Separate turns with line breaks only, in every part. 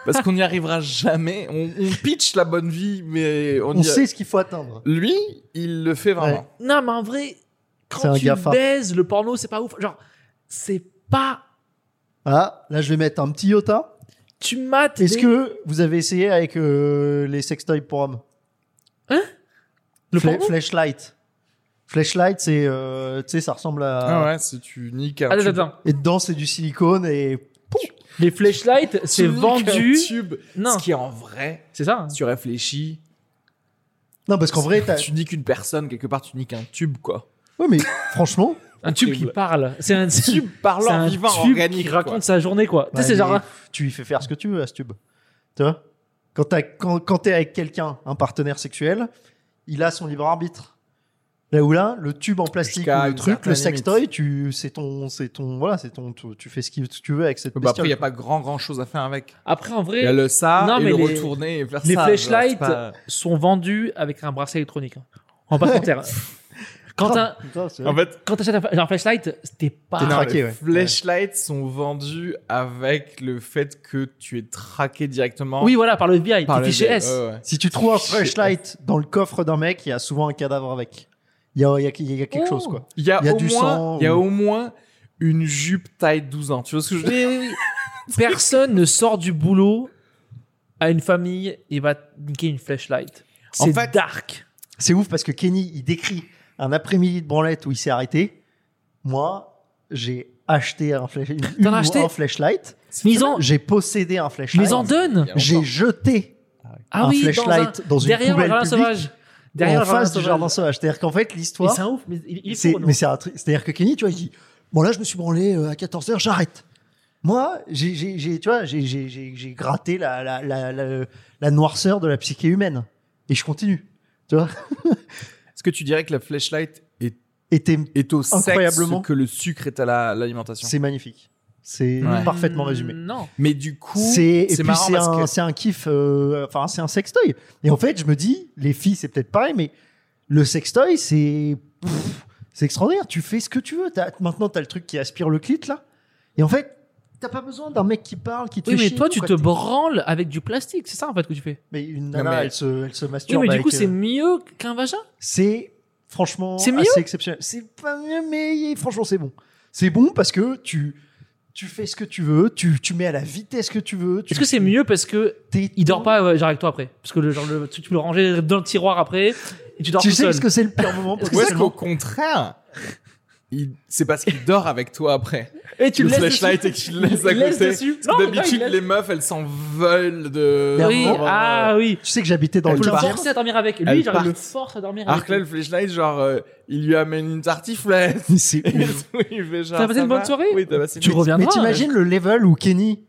Parce qu'on n'y arrivera jamais. On, on pitch la bonne vie, mais on,
On,
y a-
sait ce qu'il faut atteindre.
Lui, il le fait vraiment.
Non, mais en vrai,
C'est
quand
un
tu
GAFA.
baises, le porno, c'est pas ouf. Genre, c'est pas.
Ah, là, je vais mettre un petit iota.
Tu mates.
Est-ce
des-
que vous avez essayé avec euh, les sextoys pour hommes
Hein?
Le
Fla-
porno
Flashlight. Flashlight, c'est, euh, tu sais, ça ressemble à.
Ah ouais, si tu niques un
Attends,
tube-
attends, attends.
Et dedans, c'est du silicone et.
Les flashlights,
tu
c'est
niques un
vendu.
tube,
Non,
Ce qui est en vrai,
c'est ça. hein.
si tu réfléchis,
Non, parce qu'en vrai, t'as.
tu niques une personne, quelque part, tu niques un tube, quoi.
Ouais, mais franchement.
Un tube qui
Horrible.
parle. C'est un c'est
tube parlant
un
vivant
tube
organique.
qui
quoi.
raconte sa journée, quoi. tu sais, c'est
ouais,
genre. hein.
mais Tu lui fais faire ce que tu veux à ce tube. Tu vois Quand t'as- quand, quand t'es avec quelqu'un, un partenaire sexuel, il a son libre arbitre. Là où là, le tube en plastique,
Jusqu'à
ou le
une
truc, le
certaine limite.
sextoy, tu, c'est ton, c'est ton, voilà, c'est ton, tu, tu fais ce que tu veux avec cette
Bah,
bestiole.
après, il n'y a pas grand grand chose à faire avec.
Après, en
Il y a
vrai,
le ça
Non,
et
mais
le
les-
retourner et faire
les
ça. genre, c'est
flashlights
pas-
sont vendus avec un bracelet électronique. hein. On va pas se mentir. Quand t'as-
Putain, c'est
En
vrai.
fait,
quand t'achètes un, un flashlight, t'es
T'es
pas.
traqué,
les
ouais.
Ah, flashlights sont vendus avec le fait que tu es traqué directement
Oui, voilà, par le FBI,
par
t'es
le
fiché
dé-
S.
ouais, ouais.
Si tu trouves un
Chier.
flashlight dans le coffre d'un mec, il y a souvent un cadavre avec. Il y a, il y a- il y a quelque
Oh.
chose, quoi.
Il y a,
Il y a
au
du
moins,
sang,
il y a
ou-
au moins une jupe taille 12 ans. Tu vois ce que je veux dire
Mais oui. Personne ne sort du boulot à une famille et va niquer une flashlight.
En
C'est
fait-
dark.
C'est ouf parce que Kenny, il décrit un après-midi de branlette où il s'est arrêté. Moi, j'ai acheté un, flash- une-
T'en as
ou
acheté
un flashlight.
Mais ils en,
J'ai possédé un
mais ils
flashlight.
en donnent.
J'ai jeté
Ah
un
oui, dans un-
flashlight dans, une
derrière le
poubelle
jardin
publique
sauvage. Derrière
en
le jardin
face du
sauvage.
jardin sauvage. C'est-à-dire qu'en fait,
Mais
l'histoire,
c'est un ouf. Mais il, il est
c'est-
pour, non
mais c'est un truc. C'est-à-dire que Kenny, tu vois, il dit Bon, là, je me suis branlé euh, à 14h, j'arrête. Moi, j'ai, j'ai- j'ai- tu vois, j'ai, j'ai- j'ai- j'ai gratté la, la, la, la- la noirceur de la psyché humaine. Et je continue.
Est-ce que tu dirais que la flashlight est,
Et t'es-
est au
Incroyablement.
sexe que le sucre est à la- l'alimentation
c'est magnifique. C'est
Ouais.
Mm.
parfaitement résumé.
Non.
Mais du coup,
C'est, et
c'est
puis,
marrant
c'est
parce
un,
que-
c'est un kiff, euh, enfin, c'est un sextoy. Et en fait, je me dis Les filles, c'est peut-être pareil, mais le sextoy, c'est. pff, c'est extraordinaire. Tu fais ce que tu veux. T'as- maintenant, t'as le truc qui aspire le clit, là. Et en fait, t'as pas besoin d'un mec qui parle, qui te
Oui,
fait
mais
chier,
toi, tu
quoi.
te branles avec du plastique. C'est ça, en fait, que tu fais.
Mais une
Non,
nana,
mais-
elle, se, elle se masturbe.
Oui, mais du coup,
avec,
c'est
euh,
mieux qu'un vagin.
c'est franchement
C'est mieux
assez exceptionnel. C'est pas mieux, mais franchement, c'est bon. C'est bon parce que tu, tu fais ce que tu veux, tu, tu mets à la vitesse que tu veux. tu-
Est-ce que c'est mieux parce que
t'es-
il dort pas euh, genre avec toi après Parce que le, genre, le- tu, tu peux le ranger dans le tiroir après et tu dors
Tu
tout
sais
seul.
ce que c'est le pire moment
Ou
pour
est-ce qu'au contraire, il- c'est parce qu'il dort avec toi après
Et tu
Le
le laisses
flashlight et que
dessus.
tu le laisses à
Il laisse
côté.
dessus.
Parce
Non,
que
mais
D'habitude,
pas, il
les meufs, elles s'en veulent de.
laisse- Oui,
Clairement, euh,
ah oui.
Tu sais que j'habitais dans
Elle
le
Faut le
part.
Tarn.
forcer à dormir avec lui,
Elle
genre il le
part.
force à dormir
Alors
avec
que là,
lui.
le flashlight, genre, euh, il lui amène une tartiflette.
Mais c'est
Et
ouf.
tout, il fait genre,
T'as passé
ça
une bonne
va
soirée
Oui, t'as passé une
Tu
bonne-
reviendras.
Mais t'imagines le level où Kenny,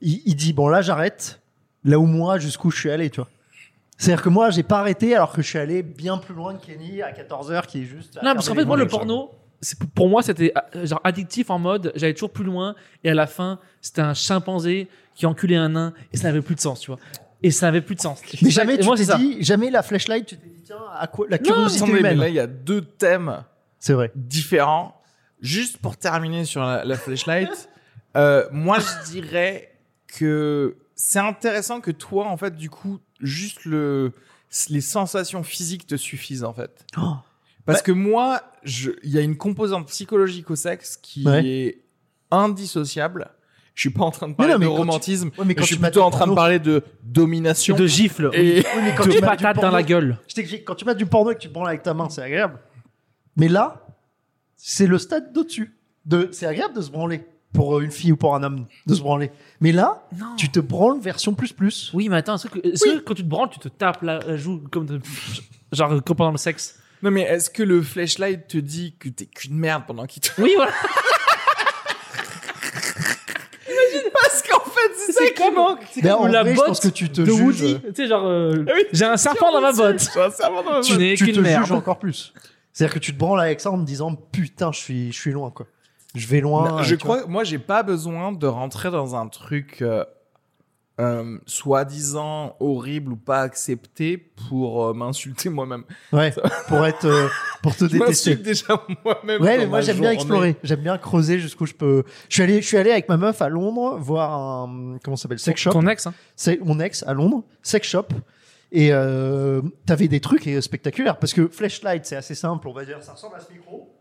il, il dit Bon, là, j'arrête. Là où moi, jusqu'où je suis allé, tu vois. C'est-à-dire que moi, j'ai pas arrêté alors que je suis allé bien plus loin de Kenny à 14h qui est juste. à
Non,
faire
parce qu'en
des
fait, moi, le
manèges. hein.
porno, c'est pour- pour moi, c'était euh, genre addictif en mode, j'allais toujours plus loin, et à la fin, c'était un chimpanzé qui enculait un nain, et ça n'avait plus de sens, tu vois. Et ça n'avait plus de sens.
Mais jamais
Et
tu
moi,
t'es
c'est ça.
dit, jamais la flashlight, tu t'es dit, tiens, à quoi, la
Non,
curiosité
attendez, mais
humaine.
là, il y a deux thèmes
C'est vrai.
différents. Juste pour terminer sur la, la flashlight, euh, moi, je dirais que c'est intéressant que toi, en fait, du coup, juste le, les sensations physiques te suffisent, en fait.
oh, Bah-
Parce que moi, je- il y a une composante psychologique au sexe qui
Ouais.
est indissociable. Je suis pas en train de
Mais
parler
non, mais
de
quand tu-
romantisme.
Ouais, mais
je suis plutôt en train de parler de domination.
De gifle,
Et
Oui, mais quand
de
tu mets du
patate dans
porno-
la gueule.
Je t'explique, quand tu mets du porno et que tu te branles avec ta main, c'est agréable. Mais là, c'est le stade d'au-dessus. De, c'est agréable de se branler. Pour euh, une fille ou pour un homme, de se branler. Mais là,
Non.
tu te branles version plus plus.
Oui, mais attends, est-ce que, est-ce que quand tu te branles, tu te tapes la, la joue, comme de- genre comme pendant le sexe
Non, mais est-ce que le flashlight te dit que t'es qu'une merde pendant qu'il te.
Oui, voilà.
Parce qu'en fait, c'est ça qui manque.
C'est
Mais
comme
en
la
vrai, je
botte
pense que tu te
de
juges.
Woody. Tu sais, genre, euh,
Ah oui,
j'ai un serpent dans ma botte.
J'ai un serpent dans ma
Tu
botte.
n'es
tu te
qu'une
juges
merde.
encore plus. C'est-à-dire que tu te branles avec ça en me disant, putain, je suis, je suis loin, quoi. Je vais loin.
Non,
euh,
je
tu vois.
crois, moi, j'ai pas besoin de rentrer dans un truc euh, euh, soi-disant horrible ou pas accepté pour euh, m'insulter moi-même.
Ouais, pour être, euh, pour te
Je
détester.
m'insulte déjà moi-même.
Ouais, mais
dans
moi
ma
j'aime bien
journée.
explorer, j'aime bien creuser jusqu'où je peux. Je suis allé, je suis allé avec ma meuf à Londres voir un comment ça s'appelle sex shop.
Ton ex, hein.
C'est mon ex à Londres, sex shop. Et euh, t'avais des trucs euh, spectaculaires parce que flashlight c'est assez simple, on va dire ça ressemble à ce micro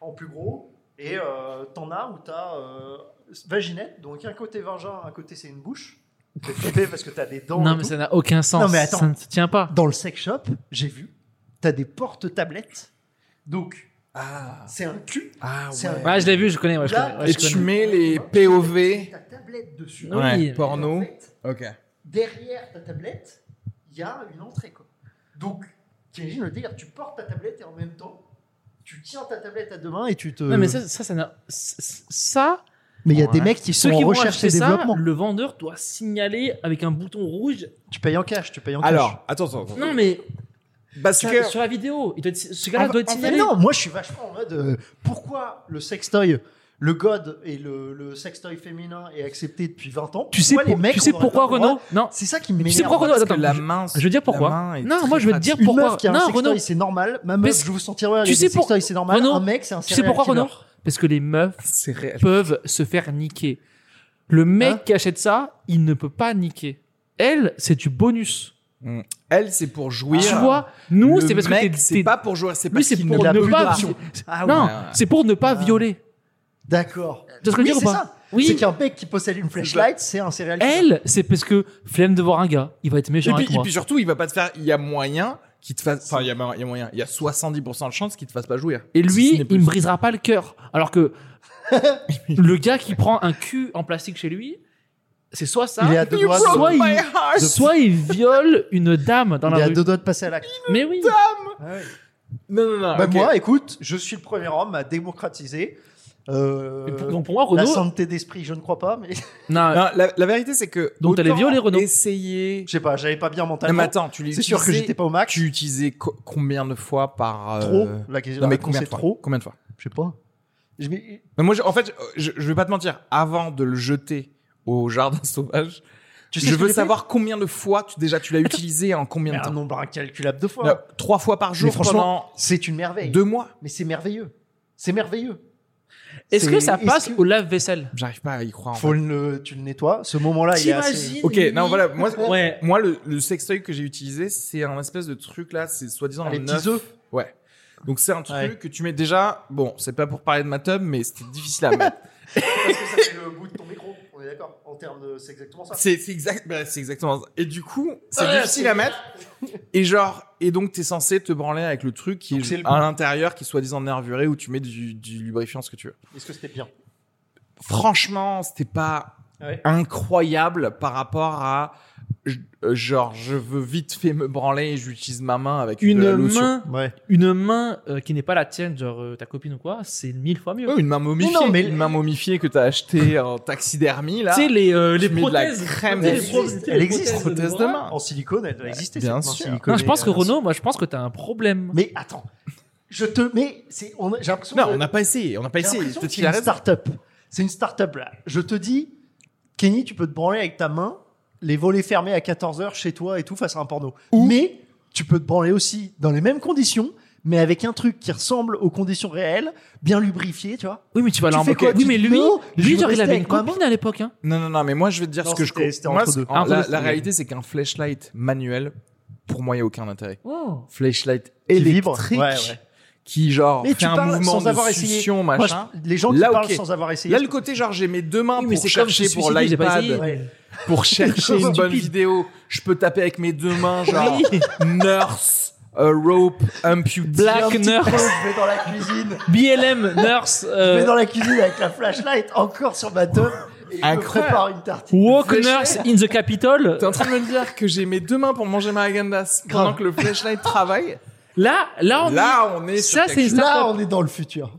en plus gros et euh, t'en as où t'as euh, vaginette donc un côté vagin, un côté c'est une bouche. T'es flippé parce que t'as des dents. et
Non, mais
tout.
ça n'a aucun sens.
Non, mais attends.
Ça ne tient pas.
Dans le sex shop, j'ai vu, t'as des portes tablettes. Donc
Ah,
c'est un cul.
ah
C'est
ouais.
un-
Ouais, je l'ai vu, je connais. ouais, je
Là,
connais, ouais,
Et
je connais.
tu mets les POV.
Ta tablette dessus.
Ouais. Oui.
Porno.
Et en fait,
Ok.
derrière ta tablette, il y a une entrée. Quoi. Donc, t'imagines le délire, tu portes ta tablette et en même temps, tu tiens ta tablette à deux mains et tu te.
Non, mais ça, ça, ça, n'a- ça, ça-
Mais il y a
Ouais.
des mecs qui
ceux
sont
qui vont
en recherche
acheter
et
ça,
développement.
le vendeur doit signaler avec un bouton rouge.
Tu payes en cash, tu payes en cash.
Alors, attends, attends. attends.
Non, mais
Parce
sur,
que.
sur la vidéo, il doit être- ce gars-là
Ah, En-
doit être
en fait,
signalé.
non, moi je suis vachement en mode euh, pourquoi le sextoy le god et le, le sextoy féminin est accepté depuis 20 ans.
Tu sais,
pourquoi les
pour-
mecs
tu sais
n'auraient pas
pourquoi
le droit
Renaud Non,
C'est ça qui
tu
m'énerve.
sais pourquoi Renaud
Parce que
Attends,
la
je-
main,
je veux dire pourquoi.
la main est
Non,
très
moi, je veux te dire
pratique.
Une
pourquoi.
meuf qui a
Non,
un sextoy,
Renaud.
c'est normal. Ma meuf,
Parce-
je vous sortirai avec
Tu sais
des
pour-
sextoys, c'est normal.
Renaud,
un mec, c'est un
tu sais pourquoi
serial
Renaud
killer.
Parce que les meufs
C'est réel.
peuvent se faire niquer. Le mec
Hein
qui achète ça, il ne peut pas niquer. Elle, c'est du bonus.
Elle, c'est pour jouir.
Tu vois, nous,
ah. Le
c'est parce que
mec,
t'es-
c'est
t'es-
pas pour jouer, c'est
lui,
parce
c'est
qu'il
pour
l'a
ne
ne
plus
pas.
d'argent. Ah ouais.
ouais,
Non,
ouais.
c'est pour ne pas
Ah.
violer.
D'accord.
Tu vois ce que je veux
Oui,
dire ou
c'est
pas
ça. C'est
Oui.
qu'un mec qui possède une flashlight, c'est un serial killer.
Elle, c'est parce que flemme de voir un gars, il va être
Et
méchant
puis,
avec moi.
et puis surtout, il va pas te faire. Il y a moyen qu'il te fasse. Enfin, il y a, il y a moyen. Il y a 70% de chances qu'il te fasse pas jouir.
Et
Si ce
lui,
n'est
il
plus.
me brisera pas le cœur. Alors que le gars qui prend un cul en plastique chez lui, c'est soit ça,
Il est à deux
You
doigts
soit,
broke
de,
il,
my heart.
soit il viole une dame dans
il est
la
à
rue.
deux doigts de passer à l'acte.
Mais oui. Euh,
Non, non, non.
Bah,
Ah ok.
Moi, écoute, je suis le premier homme à démocratiser. euh,
Et pour- donc pour moi,
la
Renaud,
santé d'esprit, je ne crois pas, mais
non,
Non, la, la vérité, c'est que.
Donc, t'allais
autant
violer Renaud.
Essayer.
je sais pas, j'avais pas bien
Non, mais
mentalement.
attends, tu
C'est sûr que
l'utilisais-
j'étais pas au max.
Tu utilisais co- combien de fois par. euh,
Trop. La question,
Non,
la
mais
réponse
combien
est
de fois
trop
Combien de fois
Je sais pas. Je- mais-
Non, Moi, je- en fait, je, je vais pas te mentir. Avant de le jeter au jardin sauvage,
tu sais
je
ce que
veux
j'ai fait
savoir combien de fois tu, déjà tu l'as utilisé et en combien de
Mais Un
temps
nombre incalculable de fois.
Euh, Trois fois par jour
Mais franchement,
pendant
C'est une merveille.
deux mois
Mais c'est merveilleux. C'est merveilleux.
est-ce
C'est-
que ça
est-ce
passe
que-
au lave-vaisselle
J'arrive pas à y croire. en
Faut le, tu le nettoies. Ce moment-là, il est assez...
T'imagines
Ok,
lui-
non, voilà, moi-
ouais.
fait. Moi, le, le sextoy que j'ai utilisé, c'est un espèce de truc là, c'est soi-disant
Les
un
petits
œuf.
œufs.
Ouais. Donc c'est un truc
Ouais.
que tu mets déjà. Bon, c'est pas pour parler de ma tub, mais c'était difficile à mettre.
Parce que ça fait le bout de ton micro. On est d'accord. En termes de, c'est exactement ça.
c'est c'est exact, bah, c'est exactement. ça. Et du coup, c'est
Ouais,
difficile
c'est-
à mettre. Et genre, et donc t'es censé te branler avec le truc qui
Donc,
est
c'est le
à
bout.
l'intérieur, qui est soi-disant nervuré, où tu mets du, du lubrifiant, ce que tu veux.
Est-ce que c'était bien
Franchement, c'était pas
Ouais.
incroyable par rapport à je- euh, genre je veux vite fait me branler et j'utilise ma main avec de la
Une
lotion.
main,
Ouais.
une main euh, qui n'est pas la tienne, genre euh, ta copine ou quoi, c'est mille fois mieux.
Ouais, une main momifiée,
Mais non, mais-
une main momifiée que t'as acheté en taxidermie là.
Tu sais, les, euh, les
Tu mets de la
prothèses.
crème
Tu sais,
Elle
les pro-
existe,
tu sais,
elle
les
existe.
prothèses
Prothèse de
bras.
main.
En silicone, elle doit exister.
Bah, Bien
cette main
sûr.
siliconée.
Non, je pense que
Bien sûr.
Renaud, moi, je pense que t'as un problème.
Mais attends, je te mets. c'est- on a- J'ai l'impression.
Non,
que-
on n'a pas essayé, on n'a pas
j'ai
essayé.
l'impression que
Peut-être
C'est
qu'il a
une
raison.
start-up. C'est une start-up là. Je te dis, Kenny, tu peux te branler avec ta main, les volets fermés à 14h chez toi et tout face à un porno. Mais tu peux te branler aussi dans les mêmes conditions, mais avec un truc qui ressemble aux conditions réelles, bien lubrifié, tu vois.
Oui, mais tu vas
Tu fais
l'embarquer.
quoi
Oui,
Tu
mais
dis
lui,
non, je
lui,
veux
genre, il
rester
avait
avec
une
ma main.
copine à l'époque. hein.
Non, non, non, mais moi je vais te dire
Non,
ce que je
c'était-
comprends.
c'était
Moi,
entre
ce-
deux.
en-
Entre deux,
la,
c'était
la
bien.
réalité, Ah, c'est qu'un flashlight manuel, pour moi, il n'y a aucun intérêt. Flashlight
vibre.
électrique
Ouais, ouais.
qui, genre,
Mais
fait
tu
un
parles
mouvement
sans
de
avoir essayé.
succion,
Moi,
machin.
je- les gens qui
Là,
parlent
ok.
sans avoir essayé.
Là, le côté, genre, j'ai mes deux mains
Oui,
pour chercher
si
pour
celui-ci, j'ai pas
l'iPad.
essayé.
Ouais.
pour chercher une bonne
Stupide.
vidéo, je peux taper avec mes deux mains, genre
Oui.
nurse, a rope, amputee.
Black
Je
nurse,
vais dans la cuisine.
BLM, nurse,
Je
euh,
vais dans la cuisine avec la flashlight encore sur ma teub et je me
Incroyable.
prépare une tartine.
walk
Fais chier.
nurse in the Capitol.
T'es en train de me dire que j'ai mes deux mains pour manger ma agendas pendant
Grave. Ah
que le flashlight travaille
Là, là, on
Là, on est sur
Ça,
quelque
c'est une
chose.
Là,
start-up.
on est dans le futur.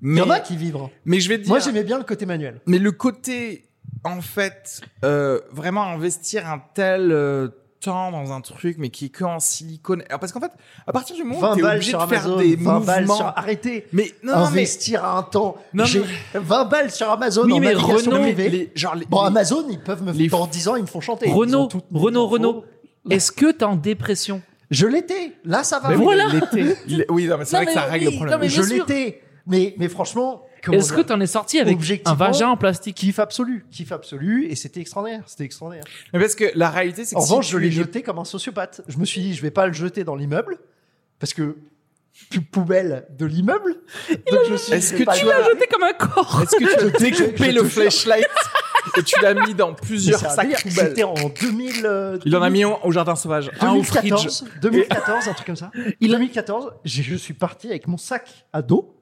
Il
Mais,
y en a qui vibrent.
mais je vais te dire,
Moi, j'aimais bien le côté manuel.
mais le côté, en fait, euh, vraiment investir un tel euh, temps dans un truc, mais qui est que en silicone. Alors, parce qu'en fait, à partir du moment
20
où t'es
balles
obligé
sur
de faire
Amazon,
des
20 balles
mouvements...
sur... Arrêtez
Mais non, non, mais...
Investir à un temps.
Non,
J'ai 20 balles sur Amazon
Oui,
en
mais
navigation
Renault,
privée.
les- genre, les-
Bon,
les-
Amazon, ils peuvent me...
les-
Dans 10 ans, ils me font chanter. Ils ont
Renault,
toutes mes
Renault,
infos.
Renault. Est-ce que t'es en dépression
Je l'étais. Là, ça va.
Mais oui,
Voilà.
mais l'été, il- Oui, non, mais c'est
Non,
vrai que
mais
ça règle
oui,
le problème.
non, mais
Je
bien sûr.
l'étais. Mais, mais franchement, comment
Est-ce que
dire
t'en es sorti avec un
Objectivement,
vagin en plastique
Kiff absolu, kiff absolu, et c'était extraordinaire, c'était extraordinaire.
Mais parce que la réalité, c'est que
En
si
revanche,
tu
je l'ai
es-
jeté comme un sociopathe. Je me suis dit, je vais pas le jeter dans l'immeuble, parce que plus poubelle de l'immeuble. Donc je me suis dit,
Est-ce
je
que
vais pas
tu
le
as
jeter.
Jeté comme un corps.
Est-ce que tu as découpé
je
le
te jure.
flashlight et tu l'as mis dans
Mais
plusieurs
c'est un
sacs
délire.
poubelles
C'était en 2000. euh,
Il en a mis un au jardin sauvage, un au fridge.
2014, 2014, un truc comme ça. 2014, j'ai- je suis parti avec mon sac à dos,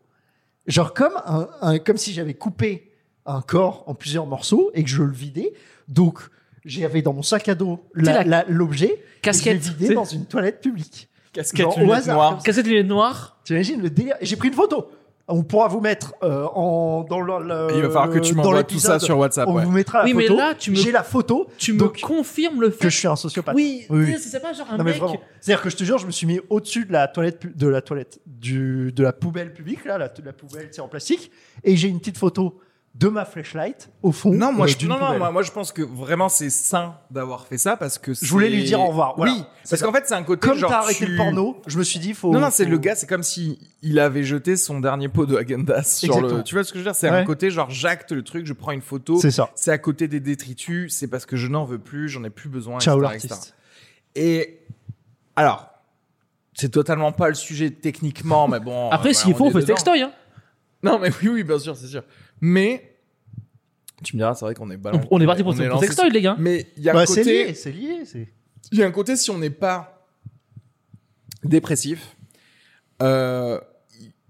genre comme, un, un- comme si j'avais coupé un corps en plusieurs morceaux et que je le vidais. Donc, j'avais dans mon sac à dos la-
Tu sais,
la- l'objet et je l'ai
Casquette.
vidé
tu
dans
sais.
une toilette publique.
Casquette,
Genre au
lunettes
hasard,
noires.
comme
Casquette lunettes noires.
T'imagines le délire Et J'ai pris une photo. On pourra vous mettre euh, en, dans le, le-
Il va falloir que tu
Euh, dans
m'envoies tout ça
l'épisode,
sur WhatsApp.
On
ouais.
vous mettra la
Oui, mais
photo.
là, tu me-
J'ai la photo
Tu me
Donc-
confirmes le
que
fait.
je suis un sociopathe.
Oui,
Oui, oui.
tu sais, c'est pas genre un
Non, mais
mec.
vraiment. C'est-à-dire que je te jure, je me suis mis au-dessus de la toilette, pu- de la toilette, du, de la poubelle publique, là, la, la poubelle, c'est en plastique, et j'ai une petite photo de ma flashlight au fond.
Non, moi,
euh,
je,
d'une
non, non,
poubelle.
moi, moi, je pense que vraiment c'est sain d'avoir fait ça parce que
Je voulais lui
c'est-
dire au revoir, voilà.
Oui,
C'est
parce
ça.
qu'en fait c'est un côté
Comme
genre,
t'as arrêté
tu-
le porno, je me suis dit, faut.
Non, non, c'est
faut-
le gars, c'est comme si il avait jeté son dernier pot de Agendas sur le.
Exactement.
Tu vois ce que je veux dire C'est un
Ouais.
côté genre j'acte le truc, je prends une photo.
C'est ça.
C'est à côté des détritus, c'est parce que je n'en veux plus, j'en ai plus besoin.
Ciao
etc., etc.
l'artiste.
Et alors, c'est totalement pas le sujet techniquement, mais bon.
Après,
euh,
s'il
voilà,
faut,
on
on
est
fait
dedans.
sextoy. Hein.
Non, mais oui, oui, bien sûr, c'est sûr. Mais tu me diras, c'est vrai qu'on est
On,
balancé.
on est parti pour, pour
lancé
sextoy, les gars.
Mais il y a un
Bah,
côté.
c'est lié, c'est lié. c'est-
Il y a un côté, si on n'est pas dépressif, euh,